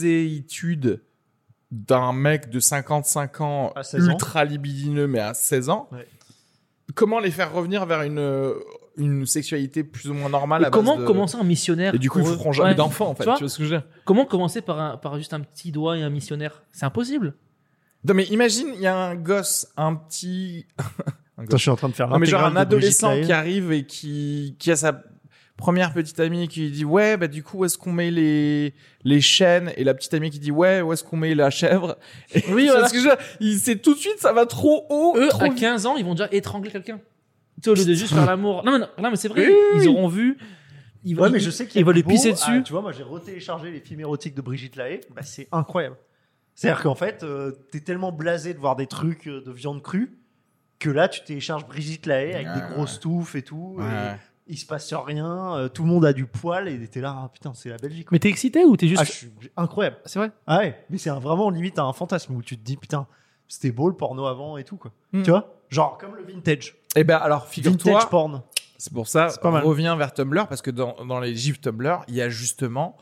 blaséitude d'un mec de 55 ans,
À 16 ans.
ultra libidineux, mais à 16 ans.
Ouais.
Comment les faire revenir vers une, une sexualité plus ou moins normale
Et
à
comment
base de-
commencer un missionnaire
Et du coup, ils
pour eux
feront jamais
Ouais.
d'enfants, en fait. Tu
Tu
vois,
vois
ce que je veux dire
Comment commencer par, un- par juste un petit doigt et un missionnaire C'est impossible.
Non, mais imagine, il y a un gosse, un petit... un gosse.
Attends, je suis en train de faire
Non, mais genre
l'intégrale
un
de Brigitte
adolescent
Lahaye.
qui arrive et qui, qui a sa première petite amie qui lui dit ouais bah du coup où est-ce qu'on met les les chaînes et la petite amie qui dit ouais où est-ce qu'on met la chèvre Et
Oui,
c'est
voilà.
parce que je- il sait tout de suite ça va trop haut
Eux,
trop
à
vite.
15 ans, ils vont déjà étrangler quelqu'un. Tu sais, au lieu de juste faire l'amour. Non, mais, non, non, mais c'est vrai,
Oui, oui, oui.
ils auront vu. il,
Ouais,
il-
mais je sais qu'il y a
il va
du
lui
beau.
pisser
Ah,
dessus.
tu vois, moi j'ai retéléchargé les films érotiques de Brigitte Lahaye. Bah, c'est incroyable. C'est-à-dire qu'en fait, euh, t'es tellement blasé de voir des trucs euh, de viande crue que là, tu télécharges Brigitte Lahaye avec
Ah, Ouais,
des grosses touffes et tout. et
Ouais.
Il se passe rien, euh, tout le monde a du poil et t'es là, ah, putain, c'est la Belgique.
Mais t'es excité ou t'es juste.
Ah, je suis- incroyable.
C'est vrai.
Ah ouais, mais c'est un- vraiment limite un fantasme où tu te dis, putain, c'était beau le porno avant et tout, quoi.
Hmm.
Tu vois Genre comme le vintage.
Eh ben alors,
Vintage
figure-toi,
porn.
c'est pour ça,
C'est pas mal.
reviens vers Tumblr, parce que dans, dans les gifs Tumblr, il y a justement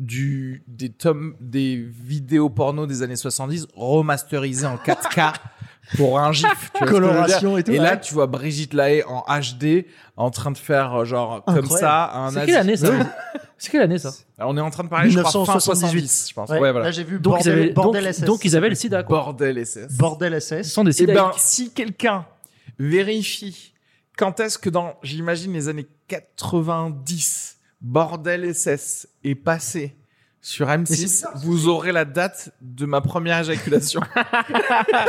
du, des, tom- des vidéos porno des années 70 remasterisées en 4K pour un gif. tu vois ce que je veux dire
Coloration et tout.
Et là,
ouais.
tu vois Brigitte Lahaye en HD en train de faire euh, genre comme
Incroyable.
ça un
C'est
Asi-
quelle année ça C'est quelle année ça
Alors, On est en train de parler, je crois, fin
1978,
78, je pense.
Ouais,
Ouais, voilà.
Là, j'ai vu
donc,
bordel,
ils avaient,
Bordel
donc,
SS.
donc ils avaient le sida quoi.
Bordel SS.
Bordel
Ce
SS.
sont des
Eh
sida.
ben, si quelqu'un vérifie quand est-ce que dans, j'imagine, les années 90, Bordel SS est passé sur M6, vous aurez la date de ma première éjaculation.
tu sais que c'est pas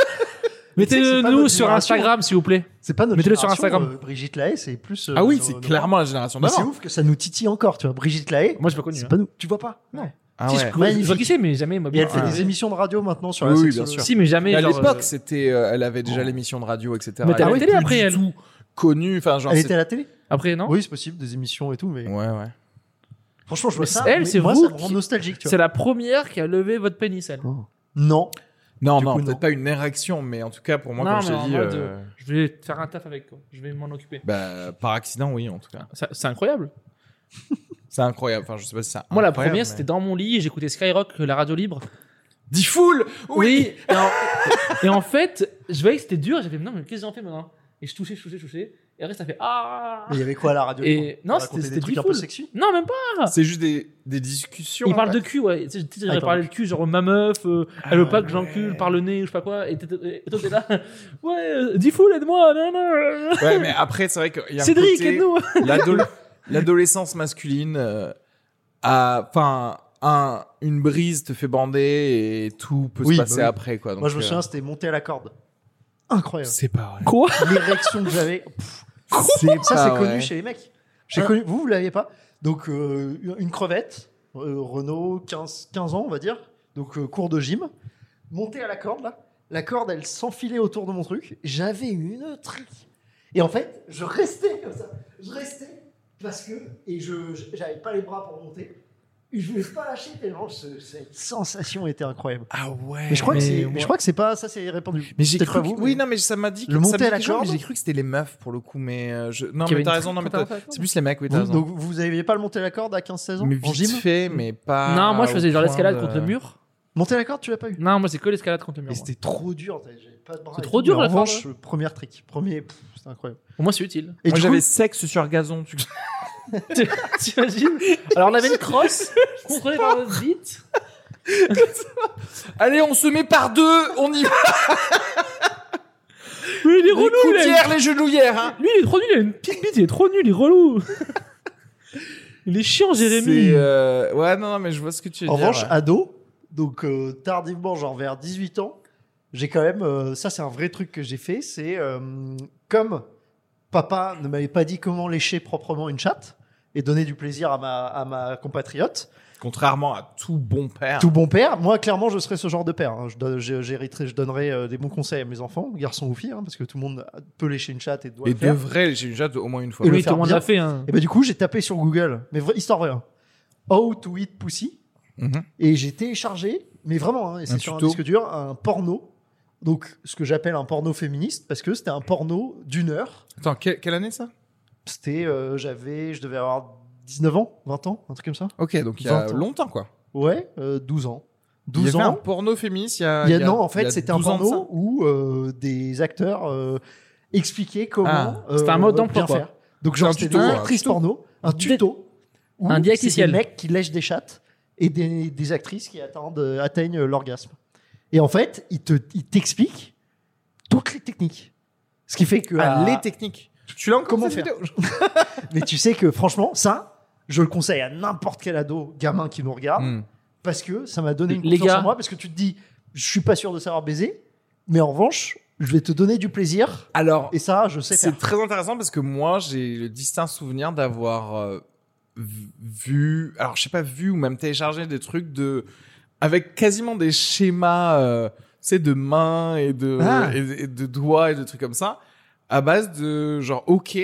Mettez-nous
notre
sur
génération.
Instagram s'il vous plaît.
C'est pas notre
Mettez-le sur
génération,
Instagram.
euh, Brigitte Lahaye, c'est plus. euh,
ah oui,
nos-
c'est
nos-
clairement la génération
Mais c'est
d'avant.
ouf que ça nous titille encore, tu vois. Brigitte Lahaye,
Moi j'ai pas connu.
c'est
hein.
pas nous. Tu vois pas Non.
Ah
Si,
ouais.
je, connais- je vois
Magnifique.
qui c'est, mais jamais. moi,
Et elle fait
bien-
des émissions de radio maintenant sur
Oui,
la
oui,
sexologie.
bien sûr.
Si, mais jamais.
Mais à
genre,
l'époque,
euh,
c'était, euh, elle avait déjà l'émission de radio, Ah etc.
Mais t'as
Elle
la
était
télé
plus
après
du
elle.
tout connue. Enfin, genre,
Elle
c'est-
était à la télé
Après, non
Oui, c'est possible, des émissions et tout, mais.
Ouais, ouais.
Franchement, je vois
Mais
ça.
elle,
mais
c'est
moi,
vous
ça me rend
qui-
nostalgique, tu
C'est
vois.
la première qui a levé votre pénis, elle.
Non.
Non,
Du
non,
coup,
peut-être
non.
pas une érection, mais en tout cas, pour moi,
Non,
comme je
mais en
t'ai dit,
mode,
euh,
Je vais faire un taf avec, quoi. Je vais m'en occuper.
bah, par accident, oui, en tout cas.
Ça- C'est incroyable.
C'est incroyable. Enfin, je sais pas si c'est
Moi, la
incroyable,
première,
mais-
c'était dans mon lit, j'écoutais Skyrock, euh, la radio libre.
Dix foules Oui,
Et en, et en fait, je voyais que c'était dur, j'avais non, mais qu'est-ce que j'en fais maintenant Et je touchais, je touchais, je touchais. Et après, ça fait ah
Mais il y avait quoi à la radio
Et-
On
non,
racontait
c'était-
des
c'était
trucs
du
un peu
full.
sexy.
Non, même pas
C'est juste des, des discussions.
Il parle
ouais.
de cul, ouais. Tu sais, tu sais,
Ah,
j'aurais
il
parlé de cul, genre ma meuf, euh, elle veut pas que j'encule
Ah ouais.
par le nez, ou je sais pas quoi. Et t'es- et toi, t'es là, ouais, euh, dis foule, aide-moi, non, non.
Ouais, mais après, c'est vrai qu'il y a un
Cédric,
côté-
aide-nous
l'ado- L'adolescence masculine euh, a, enfin, un, une brise te fait bander et tout peut
Oui,
se
bah
passer
oui.
après, quoi. Donc,
Moi, je me
euh,
souviens, c'était monté à la corde.
euh,
Incroyable.
C'est pas vrai.
Quoi
l'érection que j'avais. Pff, ça,
pas
c'est connu
vrai.
chez les mecs. J'ai
Ah.
connu, vous, vous l'aviez pas Donc, euh, une crevette, euh, Renault, 15, 15 ans, on va dire. Donc, euh, cours de gym. Monter à la corde, là. La corde, elle s'enfilait autour de mon truc. J'avais une trique. Et en fait, je restais comme ça. Je restais parce que. Et je je- j'avais pas les bras pour monter. Et je voulais pas lâcher tellement ce- cette sensation était incroyable.
Ah ouais.
Mais je crois que
Mais
c'est-
moi-
mais je crois que c'est pas. Ça, c'est répandu.
Mais j'ai
Peut-être
cru.
pas vous,
que- Oui,
mais-
non, mais ça m'a dit. Que...
Le
ça me
monter à
dit
la
quelque chose, mais
corde
J'ai cru que c'était les meufs pour le coup, mais euh, je... non,
Qui
mais
avait
t'as
une
raison.
trique
Non, mais
quand
t'as-
t'as-
C'est plus les mecs, oui, t'as
Vous,
raison.
donc, vous n'aviez pas le monter la corde à 15-16 ans
mais
en
vite
gym
fait, mais pas.
Non, moi, je faisais genre
au point
l'escalade
de-
contre le mur.
Monter la corde, tu l'as pas eu
Non, moi, c'est que l'escalade contre le
Et
mur. moi.
c'était trop dur, t'avais- j'avais pas de bras.
C'est
et
trop
tout,
dur,
mais
la hein.
En
corde.
revanche, euh, première trick, premier, pff, c'était incroyable.
Au moins, c'est utile.
Et
Moi,
du
j'avais
coup,
sexe sur gazon. Tu...
Tu- T'imagines Alors on avait une crosse contrôlée par notre bite.
Allez, on se met par deux, on y va.
Oui, il est
Les
relou, il a-
coudières, les genouillères. Hein.
Lui, il est trop nul, il a une petite bite, il est trop nul, il est relou. Il est chiant, Jérémy.
C'est, euh, Ouais, non, non, mais je vois ce que tu veux
en
dire.
revanche,
ouais.
ado, donc euh, tardivement, genre vers 18 ans, j'ai quand même. euh, ça, c'est un vrai truc que j'ai fait. C'est euh, comme papa ne m'avait pas dit comment lécher proprement une chatte et donner du plaisir à ma, à ma compatriote,
Contrairement à tout bon père.
tout bon père, moi, clairement, je serais ce genre de père. hein. Je, don- je- j'hériterai- je donnerais euh, des bons conseils à mes enfants, garçons ou filles, hein, parce que tout le monde peut lécher une chatte et doit
Et
le faire.
devrait, j'ai déjà au moins une fois.
Et le
oui, tout
faire
le monde
bien.
l'a fait. Hein.
Et bah du coup, j'ai tapé sur Google, mais vra- histoire vraie, hein. How to eat pussy,
Mhm.
et j'ai téléchargé, mais vraiment, hein, et
Un
c'est sur un
tuto.
disque dur, un porno. Donc, ce que j'appelle un porno féministe, parce que c'était un porno d'une heure.
Attends, quelle, quelle année ça
C'était, euh, j'avais, je devais avoir 19 ans, 20 ans, un truc comme ça.
Ok, donc il y a
20 ans.
longtemps quoi.
Ouais, euh, 12 ans.
il y
12
avait un
ans.
porno féministe il y a.
Il y a-
il y a-
non, en
il y
fait,
a
c'était un
12 ans de ça.
porno où euh, des acteurs euh, expliquaient comment.
Ah,
euh,
c'était un mode d'emploi,
bien
quoi.
faire. Donc,
C'est
genre,
un
c'était
tuto,
des
quoi.
actrices
Tuto.
porno, un
Dé-
tuto. où
Un
c'est
diététiciel.
Des mecs qui lèchent des chattes et des, des actrices qui attendent, euh, atteignent l'orgasme. Et en fait, ils te- ils t'expliquent toutes les techniques. Ce qui fait que.
Ah,
à-
les techniques. Tu l'as encore
Comment
cette
faire
vidéo
Mais tu sais que, franchement, ça, je le conseille à n'importe quel ado, gamin qui nous regarde.
Hmm.
parce que ça m'a donné une
Les
confiance
gars.
en moi, parce que tu te dis, je suis pas sûr de savoir baiser, mais en revanche, je vais te donner du plaisir,
Alors,
et ça, je sais
c'est
faire.
très intéressant parce que moi, j'ai le distinct souvenir d'avoir euh, v- vu, alors je sais pas vu ou même téléchargé des trucs de, avec quasiment des schémas, euh, tu sais, de mains et de,
Ah.
et, et de doigts et de trucs comme ça, à base de genre, ok,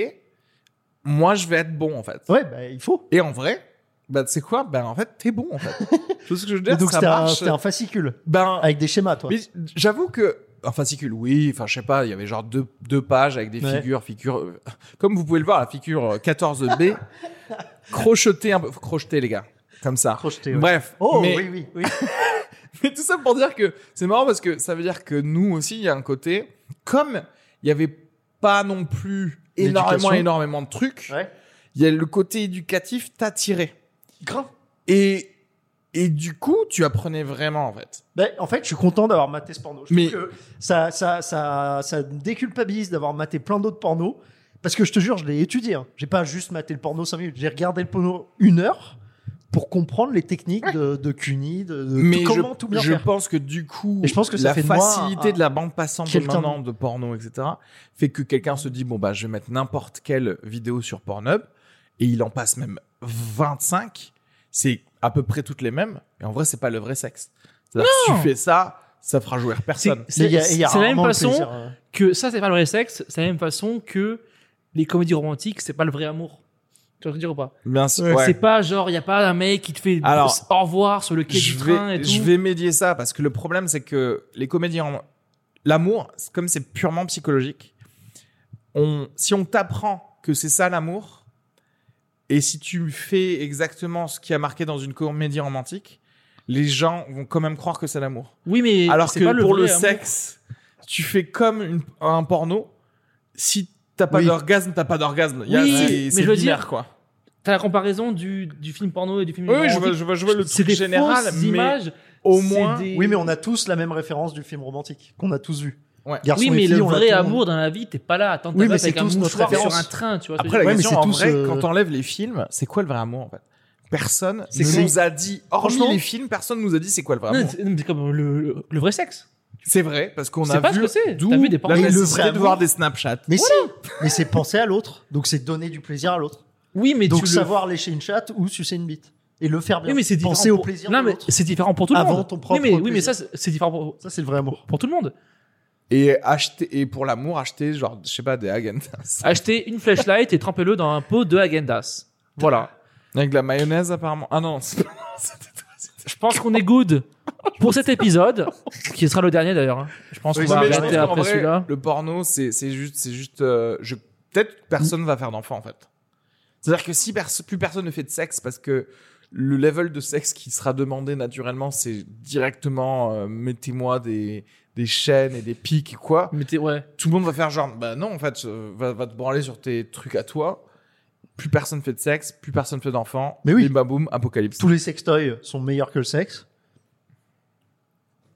moi je vais être bon en fait.
Ouais, bah, il faut.
Et en vrai, bah tu sais quoi, ben en fait t'es bon en fait. Tout ce que je veux
Et
dire,
donc
ça
c'était un,
marche.
c'était un fascicule
Ben
avec des schémas, toi.
mais j'avoue que un fascicule, oui, enfin je sais pas, il y avait genre deux, deux pages avec des
Ouais.
figures, figures. euh, Comme vous pouvez le voir, la figure euh, 14B, crochetée un peu, faut crocheter les gars, comme ça.
Crocheté, ouais.
Bref,
Oh
mais,
oui, oui, oui.
mais tout ça pour dire que c'est marrant parce que ça veut dire que nous aussi, il y a un côté, comme il y avait pas non plus énormément,
L'éducation.
énormément de trucs,
Ouais.
il y a le côté éducatif t'attirait.
Grave.
Et, et du coup, tu apprenais vraiment en fait.
Ben, en fait, je suis content d'avoir maté ce porno. Je
Mais-
trouve que ça, ça, ça, ça me déculpabilise d'avoir maté plein d'autres pornos. Parce que je te jure, je l'ai étudié. hein. J'ai pas juste maté le porno 5 minutes. J'ai regardé le porno une heure pour comprendre les techniques de, de Cuny, de, de
mais
tout-
je,
comment tout bien
je
faire.
pense que du coup
Et je pense que ça
la
fait de moi
facilité
un-
de la bande passante de
quelqu'un de-
maintenant de porno etc fait que quelqu'un se dit bon bah je vais mettre n'importe quelle vidéo sur Pornhub et il en passe même 25 c'est à peu près toutes les mêmes et en vrai c'est pas le vrai sexe C'est-à-dire que si tu fais ça ça fera jouer personne
Mais il y a-
c'est
il y a
c'est la même
rarement le
façon
plaisir, hein.
que ça, c'est pas le vrai sexe. C'est la même façon que les comédies romantiques, c'est pas le vrai amour. Tu vois ce que je veux dire ou pas
bien sûr ouais.
C'est pas genre, il y a pas un mec qui te fait
Alors,
au revoir sur le quai
je
du train et
vais,
tout.
je vais médier ça parce que le problème c'est que les comédiens, l'amour, c'est- comme c'est purement psychologique, on, si on t'apprend que c'est ça l'amour, et si tu fais exactement ce qui a marqué dans une comédie romantique, les gens vont quand même croire que c'est l'amour.
Oui, mais
Alors
c'est
que
pas le
pour
vrai
le
amour.
sexe, tu fais comme une- un porno. Si t'as pas
Oui.
d'orgasme, t'as pas d'orgasme. Il y a-
Oui,
c'est-
mais
c'est
je veux
binaire,
dire-
quoi.
T'as la comparaison du, du film porno et du film
Oui, oui, je
romantique.
vois, je vois, je vois le
C'est
truc
des
général,
fausses
mais
images.
au
c'est
moins.
des-
Oui, mais on a tous la même référence du film romantique qu'on a tous vu.
Ouais.
Garçon
Oui,
et
mais
fille,
le
on l'a
vrai
tout-
amour dans la vie, t'es pas là. Attends,
Oui,
t'as
mais
pas
c'est
avec un
tous notre
mouchoir sur un
référence.
train, tu vois. ce que je
Après, la
veux dire.
Ouais, mais
question,
c'est
en vrai,
tous, euh,
quand on enlève les films, c'est quoi le vrai amour, en fait Personne
C'est
ne
con.
nous a dit, hormis
Franchement-
les films, personne nous a dit c'est quoi le vrai
Non,
amour.
c'est- non, mais c'est comme le, le- le vrai sexe.
C'est vrai, parce qu'on
C'est
a
pas ce
vu
que c'est.
d'où
T'as vu des
la
pornos.
Mais le
nécessité
vrai
de voir
amour-
des Snapchats.
Mais si, mais c'est penser à l'autre, donc c'est donner du plaisir à l'autre.
Oui, mais
donc
tu le-
savoir lécher une chatte ou sucer une bite et le faire bien.
Oui, mais c'est différent.
penser au
pour-
plaisir
Non,
de
mais
l'autre.
c'est différent pour tout le monde.
Avant ton propre
Oui, mais, oui, mais ça,
plaisir.
c'est c'est différent pour,
Ça c'est le vrai amour.
pour tout le monde.
Et, acheter, et pour l'amour, acheter, genre, je sais pas, des Häagen-Dazs.
Acheter une flashlight et tremper-le dans un pot de Agendas. Voilà.
Avec de la mayonnaise, apparemment. Ah non, c'est- c'était toi, c'était-
Je pense qu'on est good pour cet épisode, qui sera le dernier d'ailleurs. hein. Je pense
Oui,
qu'on
non,
va
mais je
arrêter
pense
qu'en
après
vrai,
celui-là.
Le porno, c'est c'est juste. c'est juste euh, je... Peut-être que personne va faire d'enfant, en fait. C'est-à-dire que si perso- plus personne ne fait de sexe, parce que le level de sexe qui sera demandé naturellement, c'est directement euh, mettez-moi des, des chaînes et des pics et quoi.
Mais t'es- ouais.
Tout le monde va faire genre bah non, en fait, euh, va, va te branler sur tes trucs à toi. Plus personne fait de sexe, plus personne fait d'enfant.
Mais oui.
Et bah boum, apocalypse.
Tous les sextoys sont meilleurs que le sexe.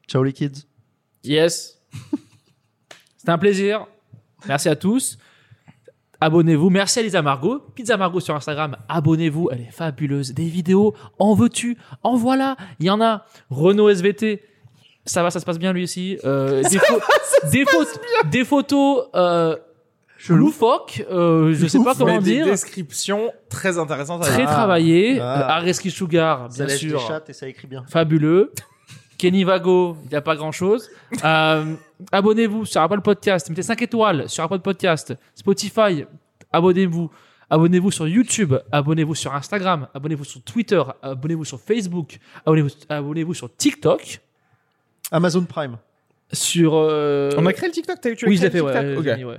Ciao les kids.
Yes. C'était un plaisir. Merci à tous. Abonnez-vous. Merci à Lisa Margot. Pizza Margot sur Instagram. Abonnez-vous. Elle est fabuleuse. Des vidéos. En veux-tu En voilà. Il y en a. Renault SVT. Ça va, ça se passe bien lui aussi. Euh, des, pho- des, pho- des photos euh, loufoques. euh, je sais pas
Ouf,
comment
Mais des
dire.
descriptions très intéressantes. à
Très
lire.
travaillées.
Ah.
Euh, Areski Sugar,
Ça
bien
lèche des
sûr
chattes et ça écrit bien.
fabuleux. Kenny Vago, il n'y a pas grand chose. abonnez-vous sur Apple Podcast. Mettez 5 étoiles sur Apple Podcast. Spotify, abonnez-vous. Abonnez-vous sur YouTube, abonnez-vous sur Instagram, abonnez-vous sur Twitter, abonnez-vous sur Facebook, abonnez-vous abonnez sur TikTok,
Amazon Prime.
sur... euh,
On a créé le TikTok, t'as eu tu as
oui, je
créé
l'ai
le
fait, ouais,
TikTok
j'ai
Ok.
mis, ouais.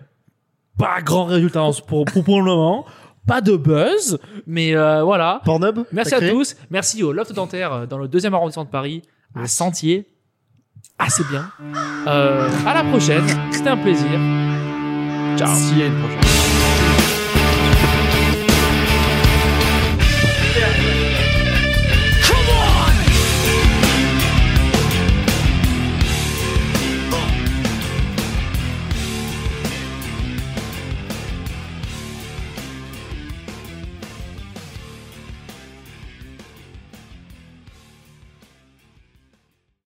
Pas grand résultat en- pour, pour, pour le moment, pas de buzz, mais euh, voilà.
Pornhub.
Merci
t'as
à
créé
tous. Merci au Loft Dentaire euh, dans le deuxième arrondissement de Paris, à Sentier. Ah, c'est bien. Euh, à la prochaine. C'était un plaisir. Ciao.
Si, il y a une prochaine.